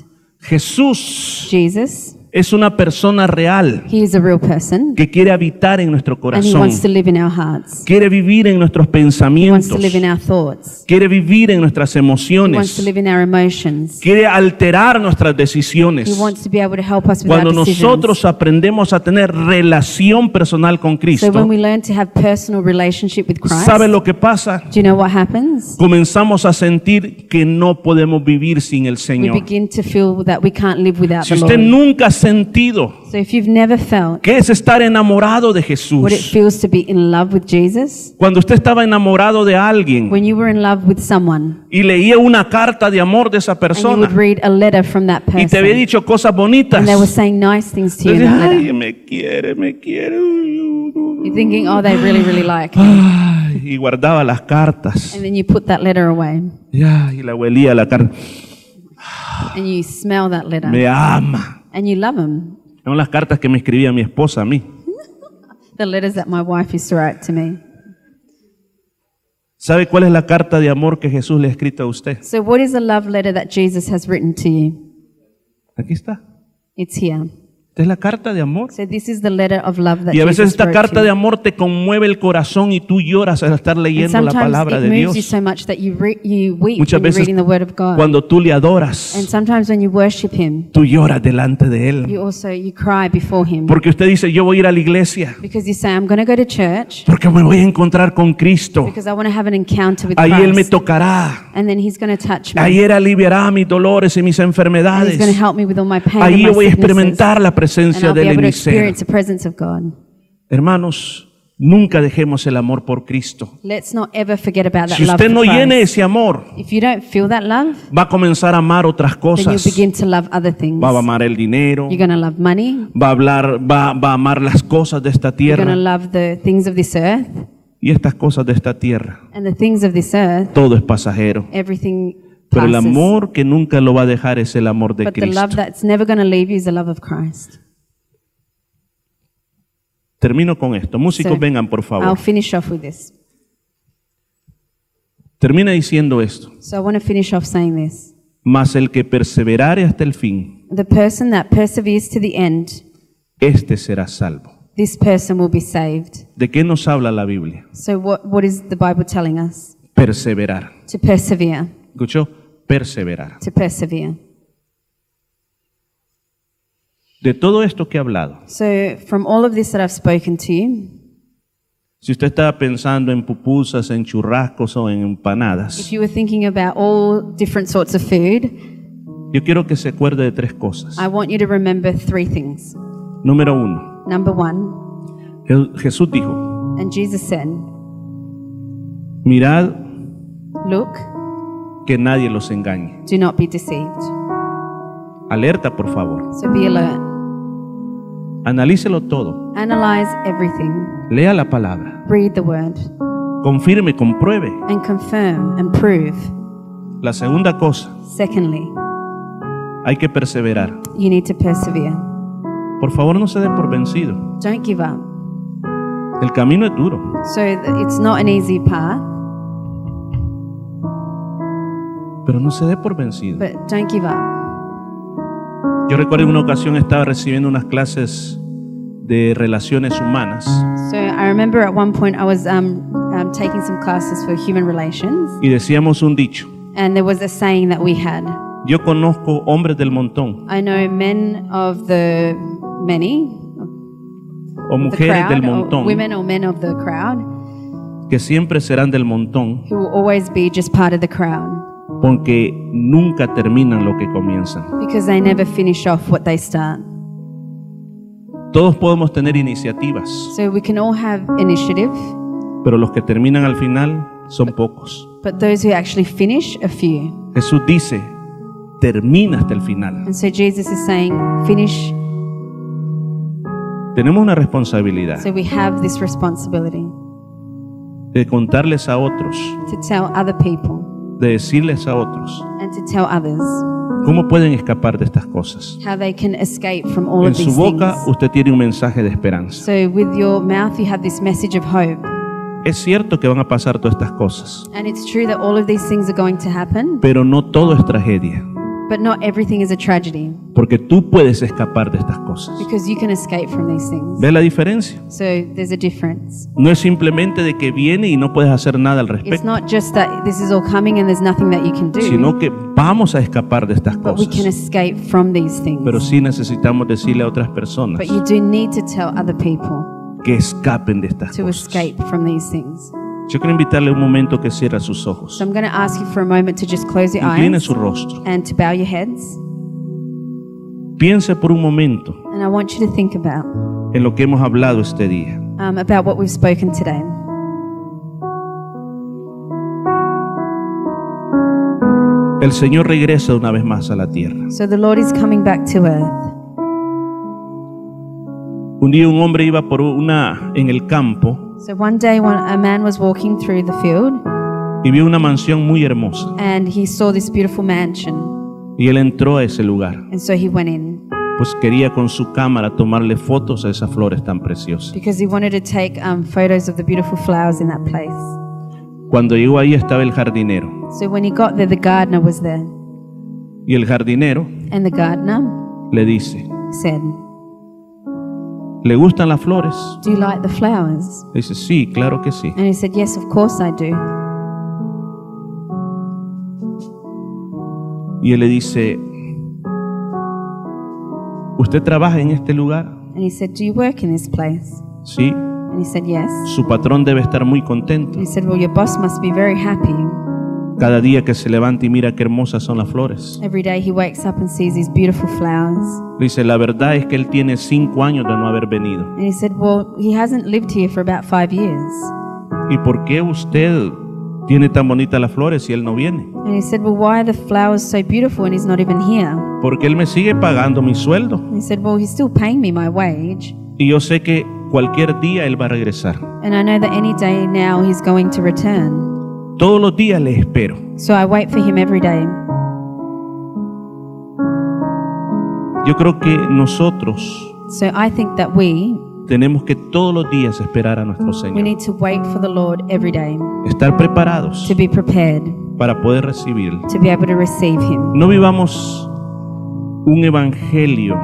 Speaker 1: Jesús
Speaker 2: Jesus,
Speaker 1: es una persona real
Speaker 2: he is a real person
Speaker 1: que quiere habitar en nuestro
Speaker 2: and he
Speaker 1: corazón,
Speaker 2: wants to live in our hearts,
Speaker 1: quiere vivir en nuestros
Speaker 2: he wants
Speaker 1: pensamientos,
Speaker 2: to live in our thoughts,
Speaker 1: quiere vivir en nuestras
Speaker 2: he wants to
Speaker 1: emociones,
Speaker 2: live in our emotions,
Speaker 1: quiere alterar nuestras
Speaker 2: he
Speaker 1: decisiones.
Speaker 2: wants to be able to help us with
Speaker 1: Cuando
Speaker 2: our decisions.
Speaker 1: nosotros aprendemos a tener relación personal con
Speaker 2: So, when
Speaker 1: Cristo,
Speaker 2: we learn to have personal relationship with Christ,
Speaker 1: ¿sabe lo que pasa?
Speaker 2: do you know what happens?
Speaker 1: Comenzamos a sentir que no podemos vivir sin el
Speaker 2: We
Speaker 1: Señor.
Speaker 2: begin to feel that we can't live without
Speaker 1: Si
Speaker 2: the
Speaker 1: usted
Speaker 2: Lord.
Speaker 1: nunca ha sentido
Speaker 2: So, if you've never felt
Speaker 1: qué es estar enamorado de
Speaker 2: what it
Speaker 1: Jesús,
Speaker 2: feels to be in love with Jesus,
Speaker 1: cuando usted estaba enamorado de alguien
Speaker 2: when you were in love with someone
Speaker 1: y leía una carta de amor de esa
Speaker 2: and you would
Speaker 1: persona
Speaker 2: read a letter from that
Speaker 1: y te
Speaker 2: person
Speaker 1: había dicho cosas bonitas,
Speaker 2: and they were saying nice things to you in
Speaker 1: decía,
Speaker 2: that letter.
Speaker 1: ay, me quiere, me quiere, uy, uy, uy,
Speaker 2: You're thinking, oh, they really, really like me.
Speaker 1: ay", y guardaba las cartas
Speaker 2: And then you put that letter away
Speaker 1: y, ay, la huelía la carta,
Speaker 2: and you smell that letter
Speaker 1: me ama.
Speaker 2: and you love them.
Speaker 1: Son las cartas que me escribía mi esposa a mí.
Speaker 2: The letters that my wife used to write to me.
Speaker 1: ¿Sabe cuál es la carta de amor que Jesús le ha escrito a usted?
Speaker 2: So, what is a love letter that Jesus has written to you?
Speaker 1: Aquí está.
Speaker 2: It's here.
Speaker 1: Esta es la carta de amor.
Speaker 2: So, this is the letter of love that
Speaker 1: Y a veces
Speaker 2: Jesus
Speaker 1: esta
Speaker 2: wrote
Speaker 1: carta
Speaker 2: to
Speaker 1: de
Speaker 2: you.
Speaker 1: amor te conmueve el corazón y tú lloras al estar
Speaker 2: And
Speaker 1: leyendo la
Speaker 2: sometimes
Speaker 1: palabra
Speaker 2: it
Speaker 1: de
Speaker 2: moves you
Speaker 1: Dios.
Speaker 2: so much that you, re- you weep
Speaker 1: Muchas
Speaker 2: when you're
Speaker 1: veces
Speaker 2: reading the Word of God.
Speaker 1: Cuando tú le
Speaker 2: And
Speaker 1: adoras,
Speaker 2: sometimes when you worship Him,
Speaker 1: tú lloras delante de Él.
Speaker 2: you also you cry before Him.
Speaker 1: Porque usted dice, yo voy a ir a la iglesia,
Speaker 2: Because you say, I'm going to go to church
Speaker 1: porque me voy a encontrar con Cristo.
Speaker 2: because I want to have an encounter with
Speaker 1: Ahí Él me
Speaker 2: Christ.
Speaker 1: tocará.
Speaker 2: And then he's going to touch me.
Speaker 1: Ahí Él aliviará mis dolores y mis
Speaker 2: and he's going to
Speaker 1: enfermedades.
Speaker 2: help me with all my pain
Speaker 1: Ahí
Speaker 2: and my
Speaker 1: yo voy a
Speaker 2: sicknesses.
Speaker 1: experimentar la
Speaker 2: And
Speaker 1: presencia
Speaker 2: I'll be
Speaker 1: de Él en
Speaker 2: able to
Speaker 1: mi ser.
Speaker 2: experience the presence of God.
Speaker 1: Hermanos, nunca dejemos el amor por Cristo.
Speaker 2: Let's not ever forget about that
Speaker 1: Si
Speaker 2: love
Speaker 1: usted
Speaker 2: for
Speaker 1: no
Speaker 2: Christ.
Speaker 1: llena ese amor,
Speaker 2: If you don't feel that love,
Speaker 1: va a comenzar a amar otras
Speaker 2: then you
Speaker 1: cosas.
Speaker 2: begin to love other things.
Speaker 1: Va a amar el dinero,
Speaker 2: You're going to love money.
Speaker 1: va a hablar, va, va a amar las cosas de esta
Speaker 2: You're going to
Speaker 1: tierra
Speaker 2: love the things of this earth.
Speaker 1: y estas cosas de esta tierra.
Speaker 2: And the things of this earth,
Speaker 1: Todo es pasajero.
Speaker 2: everything
Speaker 1: Pero el
Speaker 2: passes.
Speaker 1: amor que nunca lo va a dejar es el amor de
Speaker 2: but the
Speaker 1: Cristo.
Speaker 2: love that's never going to leave you is the love of Christ.
Speaker 1: Termino con esto. Músicos,
Speaker 2: So,
Speaker 1: vengan, por
Speaker 2: I'll
Speaker 1: favor.
Speaker 2: finish off with this.
Speaker 1: Termina diciendo esto.
Speaker 2: So I want to finish off saying this.
Speaker 1: Mas el que perseverare hasta el fin,
Speaker 2: The person that perseveres to the end,
Speaker 1: este será salvo.
Speaker 2: this person will be saved.
Speaker 1: ¿De qué nos habla la Biblia?
Speaker 2: So, what, what is the Bible telling us?
Speaker 1: Perseverar.
Speaker 2: To persevere,
Speaker 1: ¿Escuchó? Perseverar.
Speaker 2: to persevere.
Speaker 1: De todo esto que he hablado,
Speaker 2: So, from all of this that I've spoken to you,
Speaker 1: si usted estaba pensando en pupusas, en churrascos o en empanadas,
Speaker 2: if you were thinking about all different sorts of food,
Speaker 1: yo quiero que se acuerde de tres cosas.
Speaker 2: I want you to remember three things.
Speaker 1: Número uno,
Speaker 2: Number one,
Speaker 1: Je- Jesús dijo,
Speaker 2: and Jesus said,
Speaker 1: mirad
Speaker 2: Look,
Speaker 1: que nadie los engañe.
Speaker 2: do not be deceived.
Speaker 1: Alerta, por favor.
Speaker 2: So, be alert.
Speaker 1: Analícelo todo.
Speaker 2: Analyze everything,
Speaker 1: Lea la palabra.
Speaker 2: read the word,
Speaker 1: Confirme, compruebe.
Speaker 2: and confirm and prove.
Speaker 1: La segunda cosa,
Speaker 2: Secondly,
Speaker 1: hay que perseverar.
Speaker 2: you need to persevere.
Speaker 1: Por favor, no se dé por vencido.
Speaker 2: Don't give up.
Speaker 1: El camino es duro.
Speaker 2: So th- it's not an easy path,
Speaker 1: Pero no se dé por vencido.
Speaker 2: but don't give up.
Speaker 1: Yo recuerdo en una ocasión estaba recibiendo unas clases de relaciones humanas
Speaker 2: So I remember at one point I was um, um, taking some classes for human relations,
Speaker 1: y decíamos un dicho.
Speaker 2: and there was a saying that we had
Speaker 1: Yo conozco hombres del montón
Speaker 2: I know men of the many,
Speaker 1: o
Speaker 2: the
Speaker 1: mujeres
Speaker 2: crowd, oh,
Speaker 1: del
Speaker 2: or
Speaker 1: montón
Speaker 2: women or men of the crowd,
Speaker 1: que siempre serán del montón,
Speaker 2: who will always be just part of the crowd
Speaker 1: porque nunca terminan lo que comienzan.
Speaker 2: because they never finish off what they start.
Speaker 1: Todos podemos tener iniciativas,
Speaker 2: So we can all have initiative,
Speaker 1: pero los que terminan al final son pocos.
Speaker 2: but those who actually finish are few.
Speaker 1: Jesús dice, termina hasta el final.
Speaker 2: And so Jesus is saying, finish.
Speaker 1: Tenemos una responsabilidad
Speaker 2: So we have this responsibility
Speaker 1: de contarles a otros,
Speaker 2: to tell other people
Speaker 1: de decirles a otros
Speaker 2: and to tell others
Speaker 1: cómo pueden escapar de estas cosas.
Speaker 2: how they can escape from all
Speaker 1: En
Speaker 2: of
Speaker 1: su
Speaker 2: these
Speaker 1: boca
Speaker 2: things.
Speaker 1: usted tiene un mensaje de esperanza.
Speaker 2: So with your mouth, you have this message of hope.
Speaker 1: Es cierto que van a pasar todas estas cosas,
Speaker 2: And it's true that all of these things are going to happen,
Speaker 1: pero no todo es tragedia,
Speaker 2: but not everything is a tragedy
Speaker 1: porque tú puedes escapar de estas cosas.
Speaker 2: because you can escape from these things.
Speaker 1: ¿Ves la diferencia?
Speaker 2: So there's a difference.
Speaker 1: No es simplemente de que viene y no puedes hacer nada al
Speaker 2: It's
Speaker 1: respecto,
Speaker 2: not just that this is all coming and there's nothing that you can do,
Speaker 1: sino que vamos a escapar de estas
Speaker 2: but we can
Speaker 1: cosas.
Speaker 2: escape from these
Speaker 1: Pero
Speaker 2: things.
Speaker 1: sí necesitamos decirle a otras personas
Speaker 2: But you do need to tell other people
Speaker 1: que escapen de estas
Speaker 2: to
Speaker 1: cosas.
Speaker 2: escape from these things.
Speaker 1: Yo quiero invitarle un momento que cierre sus ojos.
Speaker 2: So I'm going to ask you for a moment to just close your
Speaker 1: Incline
Speaker 2: eyes
Speaker 1: su rostro.
Speaker 2: and to bow your heads.
Speaker 1: Piense por un momento
Speaker 2: And I want you to think about
Speaker 1: en lo que hemos hablado este día.
Speaker 2: um, about what we've spoken today.
Speaker 1: El Señor regresa una vez más a la tierra.
Speaker 2: So the Lord is coming back to earth.
Speaker 1: Un día un hombre iba por una en el campo
Speaker 2: So one day, one, a man was walking through the field.
Speaker 1: y vio una mansión muy hermosa
Speaker 2: and he saw this beautiful mansion
Speaker 1: y él entró a ese lugar,
Speaker 2: and so he went in
Speaker 1: pues quería con su cámara tomarle fotos a esas flores tan preciosas.
Speaker 2: because he wanted to take um, photos of the beautiful flowers in that place
Speaker 1: Cuando llegó ahí estaba el jardinero
Speaker 2: so when he got there the gardener was there
Speaker 1: y el jardinero
Speaker 2: and the gardener
Speaker 1: le dice,
Speaker 2: said
Speaker 1: ¿le gustan las flores?
Speaker 2: do you like the flowers
Speaker 1: Le dice, sí, claro que sí.
Speaker 2: and he said yes of course i do
Speaker 1: Y él le dice, ¿usted trabaja en este lugar?
Speaker 2: and he said do you work in this place
Speaker 1: Sí,
Speaker 2: and he said yes
Speaker 1: su patrón debe estar muy contento.
Speaker 2: and he said well your boss must be very happy
Speaker 1: Cada día que se levanta y mira qué hermosas son las flores.
Speaker 2: every day he wakes up and sees these beautiful flowers
Speaker 1: Le dice, la verdad es que él tiene cinco años de no haber venido.
Speaker 2: and he said well he hasn't lived here for about five years
Speaker 1: ¿Y por qué usted tiene tan bonitas las flores si él no viene?
Speaker 2: and he said well why are the flowers so beautiful and he's not even here
Speaker 1: Porque él me sigue pagando mi sueldo.
Speaker 2: He said, Well, he's still paying me my wage,
Speaker 1: Y yo sé que cualquier día él va a regresar.
Speaker 2: and I know that any day now he's going to return.
Speaker 1: Todos los días le espero.
Speaker 2: So I wait for him every day.
Speaker 1: Yo creo que nosotros
Speaker 2: So I think that we,
Speaker 1: tenemos que todos los días esperar a nuestro
Speaker 2: we
Speaker 1: Señor.
Speaker 2: need to wait for the Lord every day
Speaker 1: Estar preparados
Speaker 2: to be prepared
Speaker 1: para poder recibirle.
Speaker 2: to be able to receive him.
Speaker 1: No vivamos un evangelio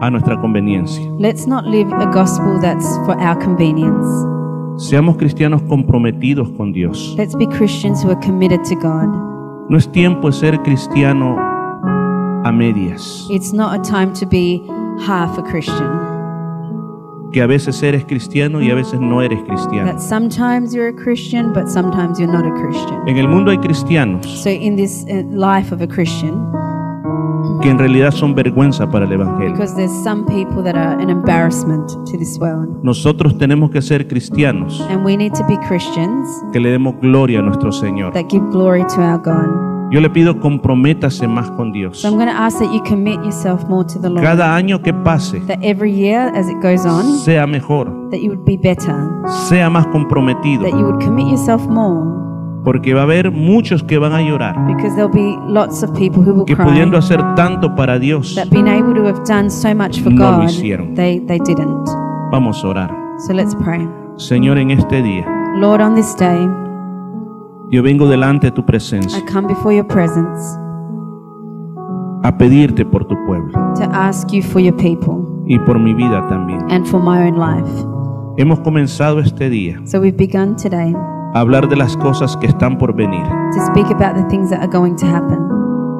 Speaker 1: a nuestra conveniencia.
Speaker 2: Let's not live a gospel that's for our convenience.
Speaker 1: Seamos cristianos comprometidos con Dios.
Speaker 2: Let's be Christians who are committed to God.
Speaker 1: No es tiempo de ser cristiano a medias,
Speaker 2: It's not a time to be half a Christian.
Speaker 1: que a veces eres cristiano y a veces no eres cristiano.
Speaker 2: That sometimes you're a Christian, but sometimes you're not a Christian.
Speaker 1: En el mundo hay cristianos
Speaker 2: So in this uh, life of a Christian,
Speaker 1: que en realidad son vergüenza para el evangelio.
Speaker 2: Because there's some people that are an embarrassment to this world.
Speaker 1: Nosotros tenemos que ser cristianos
Speaker 2: And we need to be Christians
Speaker 1: que le demos gloria a nuestro Señor.
Speaker 2: that give glory to our God.
Speaker 1: Yo le pido comprométase más con Dios.
Speaker 2: So I'm going to ask that you commit yourself more to the Lord.
Speaker 1: Cada año que pase
Speaker 2: that every year as it goes on,
Speaker 1: sea mejor,
Speaker 2: that you would be better.
Speaker 1: sea más comprometido.
Speaker 2: That you would commit yourself more.
Speaker 1: Porque va a haber muchos que van a llorar,
Speaker 2: Because there'll be lots of people who will
Speaker 1: que
Speaker 2: cry
Speaker 1: pudiendo hacer tanto para Dios,
Speaker 2: that being able to have done so much for
Speaker 1: No lo
Speaker 2: God,
Speaker 1: hicieron.
Speaker 2: they, they didn't.
Speaker 1: vamos a orar.
Speaker 2: So let's pray.
Speaker 1: Señor, en este día,
Speaker 2: Lord, on this day,
Speaker 1: yo vengo delante de tu
Speaker 2: I
Speaker 1: presencia
Speaker 2: come before your presence
Speaker 1: a pedirte por tu pueblo
Speaker 2: to ask you for your people
Speaker 1: y por mi vida también.
Speaker 2: and for my own life.
Speaker 1: Hemos comenzado este día
Speaker 2: So we've begun today
Speaker 1: a hablar de las cosas que están por venir,
Speaker 2: to speak about the things that are going to happen.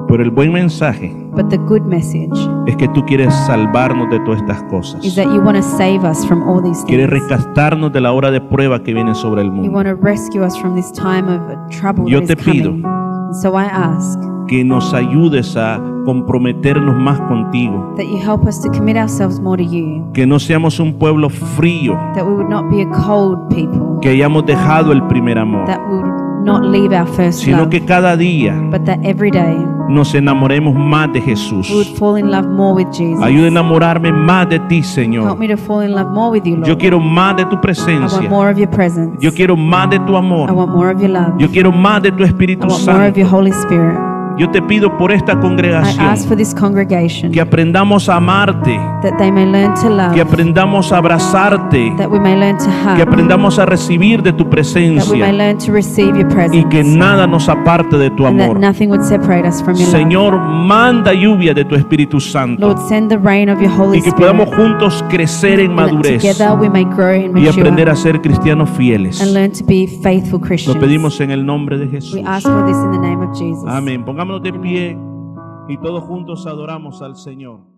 Speaker 1: pero el buen mensaje
Speaker 2: But the good message
Speaker 1: es que tú quieres salvarnos de todas estas cosas.
Speaker 2: is that you want to save us from all these
Speaker 1: Quieres
Speaker 2: things.
Speaker 1: rescatarnos de la hora de prueba que viene sobre el
Speaker 2: You
Speaker 1: mundo.
Speaker 2: want to rescue us from this time of trouble
Speaker 1: Yo
Speaker 2: that
Speaker 1: te
Speaker 2: is coming.
Speaker 1: pido.
Speaker 2: And so I ask
Speaker 1: Que nos ayudes a comprometernos más contigo.
Speaker 2: that you help us to commit ourselves more to you,
Speaker 1: Que no seamos un pueblo frío,
Speaker 2: that we would not be a cold people,
Speaker 1: que hayamos dejado el primer amor,
Speaker 2: that we would not leave our first
Speaker 1: sino
Speaker 2: love,
Speaker 1: que cada día
Speaker 2: but that every day
Speaker 1: nos enamoremos más de
Speaker 2: we would
Speaker 1: Jesús.
Speaker 2: fall in love more with Jesus.
Speaker 1: Ayuda a enamorarme más de ti,
Speaker 2: Help
Speaker 1: Señor.
Speaker 2: me to fall in love more with you, Lord.
Speaker 1: Yo quiero más de tu
Speaker 2: I want
Speaker 1: presencia.
Speaker 2: more of your presence.
Speaker 1: Yo quiero más de tu
Speaker 2: I
Speaker 1: amor.
Speaker 2: want more of your love.
Speaker 1: Yo quiero más de tu
Speaker 2: I
Speaker 1: Espíritu
Speaker 2: want more of
Speaker 1: Santo.
Speaker 2: your Holy Spirit.
Speaker 1: Yo te pido por esta
Speaker 2: I ask
Speaker 1: congregación
Speaker 2: for this congregation
Speaker 1: que aprendamos a amarte,
Speaker 2: that they may learn to love,
Speaker 1: que aprendamos a abrazarte,
Speaker 2: that we may learn to
Speaker 1: que
Speaker 2: hug,
Speaker 1: aprendamos a recibir de tu
Speaker 2: that we may
Speaker 1: presencia
Speaker 2: learn to receive your
Speaker 1: y
Speaker 2: presence,
Speaker 1: que nada nos aparte de tu
Speaker 2: and that
Speaker 1: amor.
Speaker 2: nothing would separate us from your love.
Speaker 1: Señor, manda lluvia de tu Espíritu Santo
Speaker 2: Lord, send the rain of your Holy
Speaker 1: y que podamos
Speaker 2: Spirit,
Speaker 1: juntos crecer en
Speaker 2: and that
Speaker 1: madurez
Speaker 2: together we may grow and
Speaker 1: y aprender
Speaker 2: mature
Speaker 1: a ser cristianos
Speaker 2: and
Speaker 1: fieles.
Speaker 2: learn to be faithful
Speaker 1: Lo
Speaker 2: Christians.
Speaker 1: pedimos en el nombre de Jesús.
Speaker 2: We ask for this in the name of Jesus.
Speaker 1: Amén. Pongámonos de pie y todos juntos adoramos al Señor.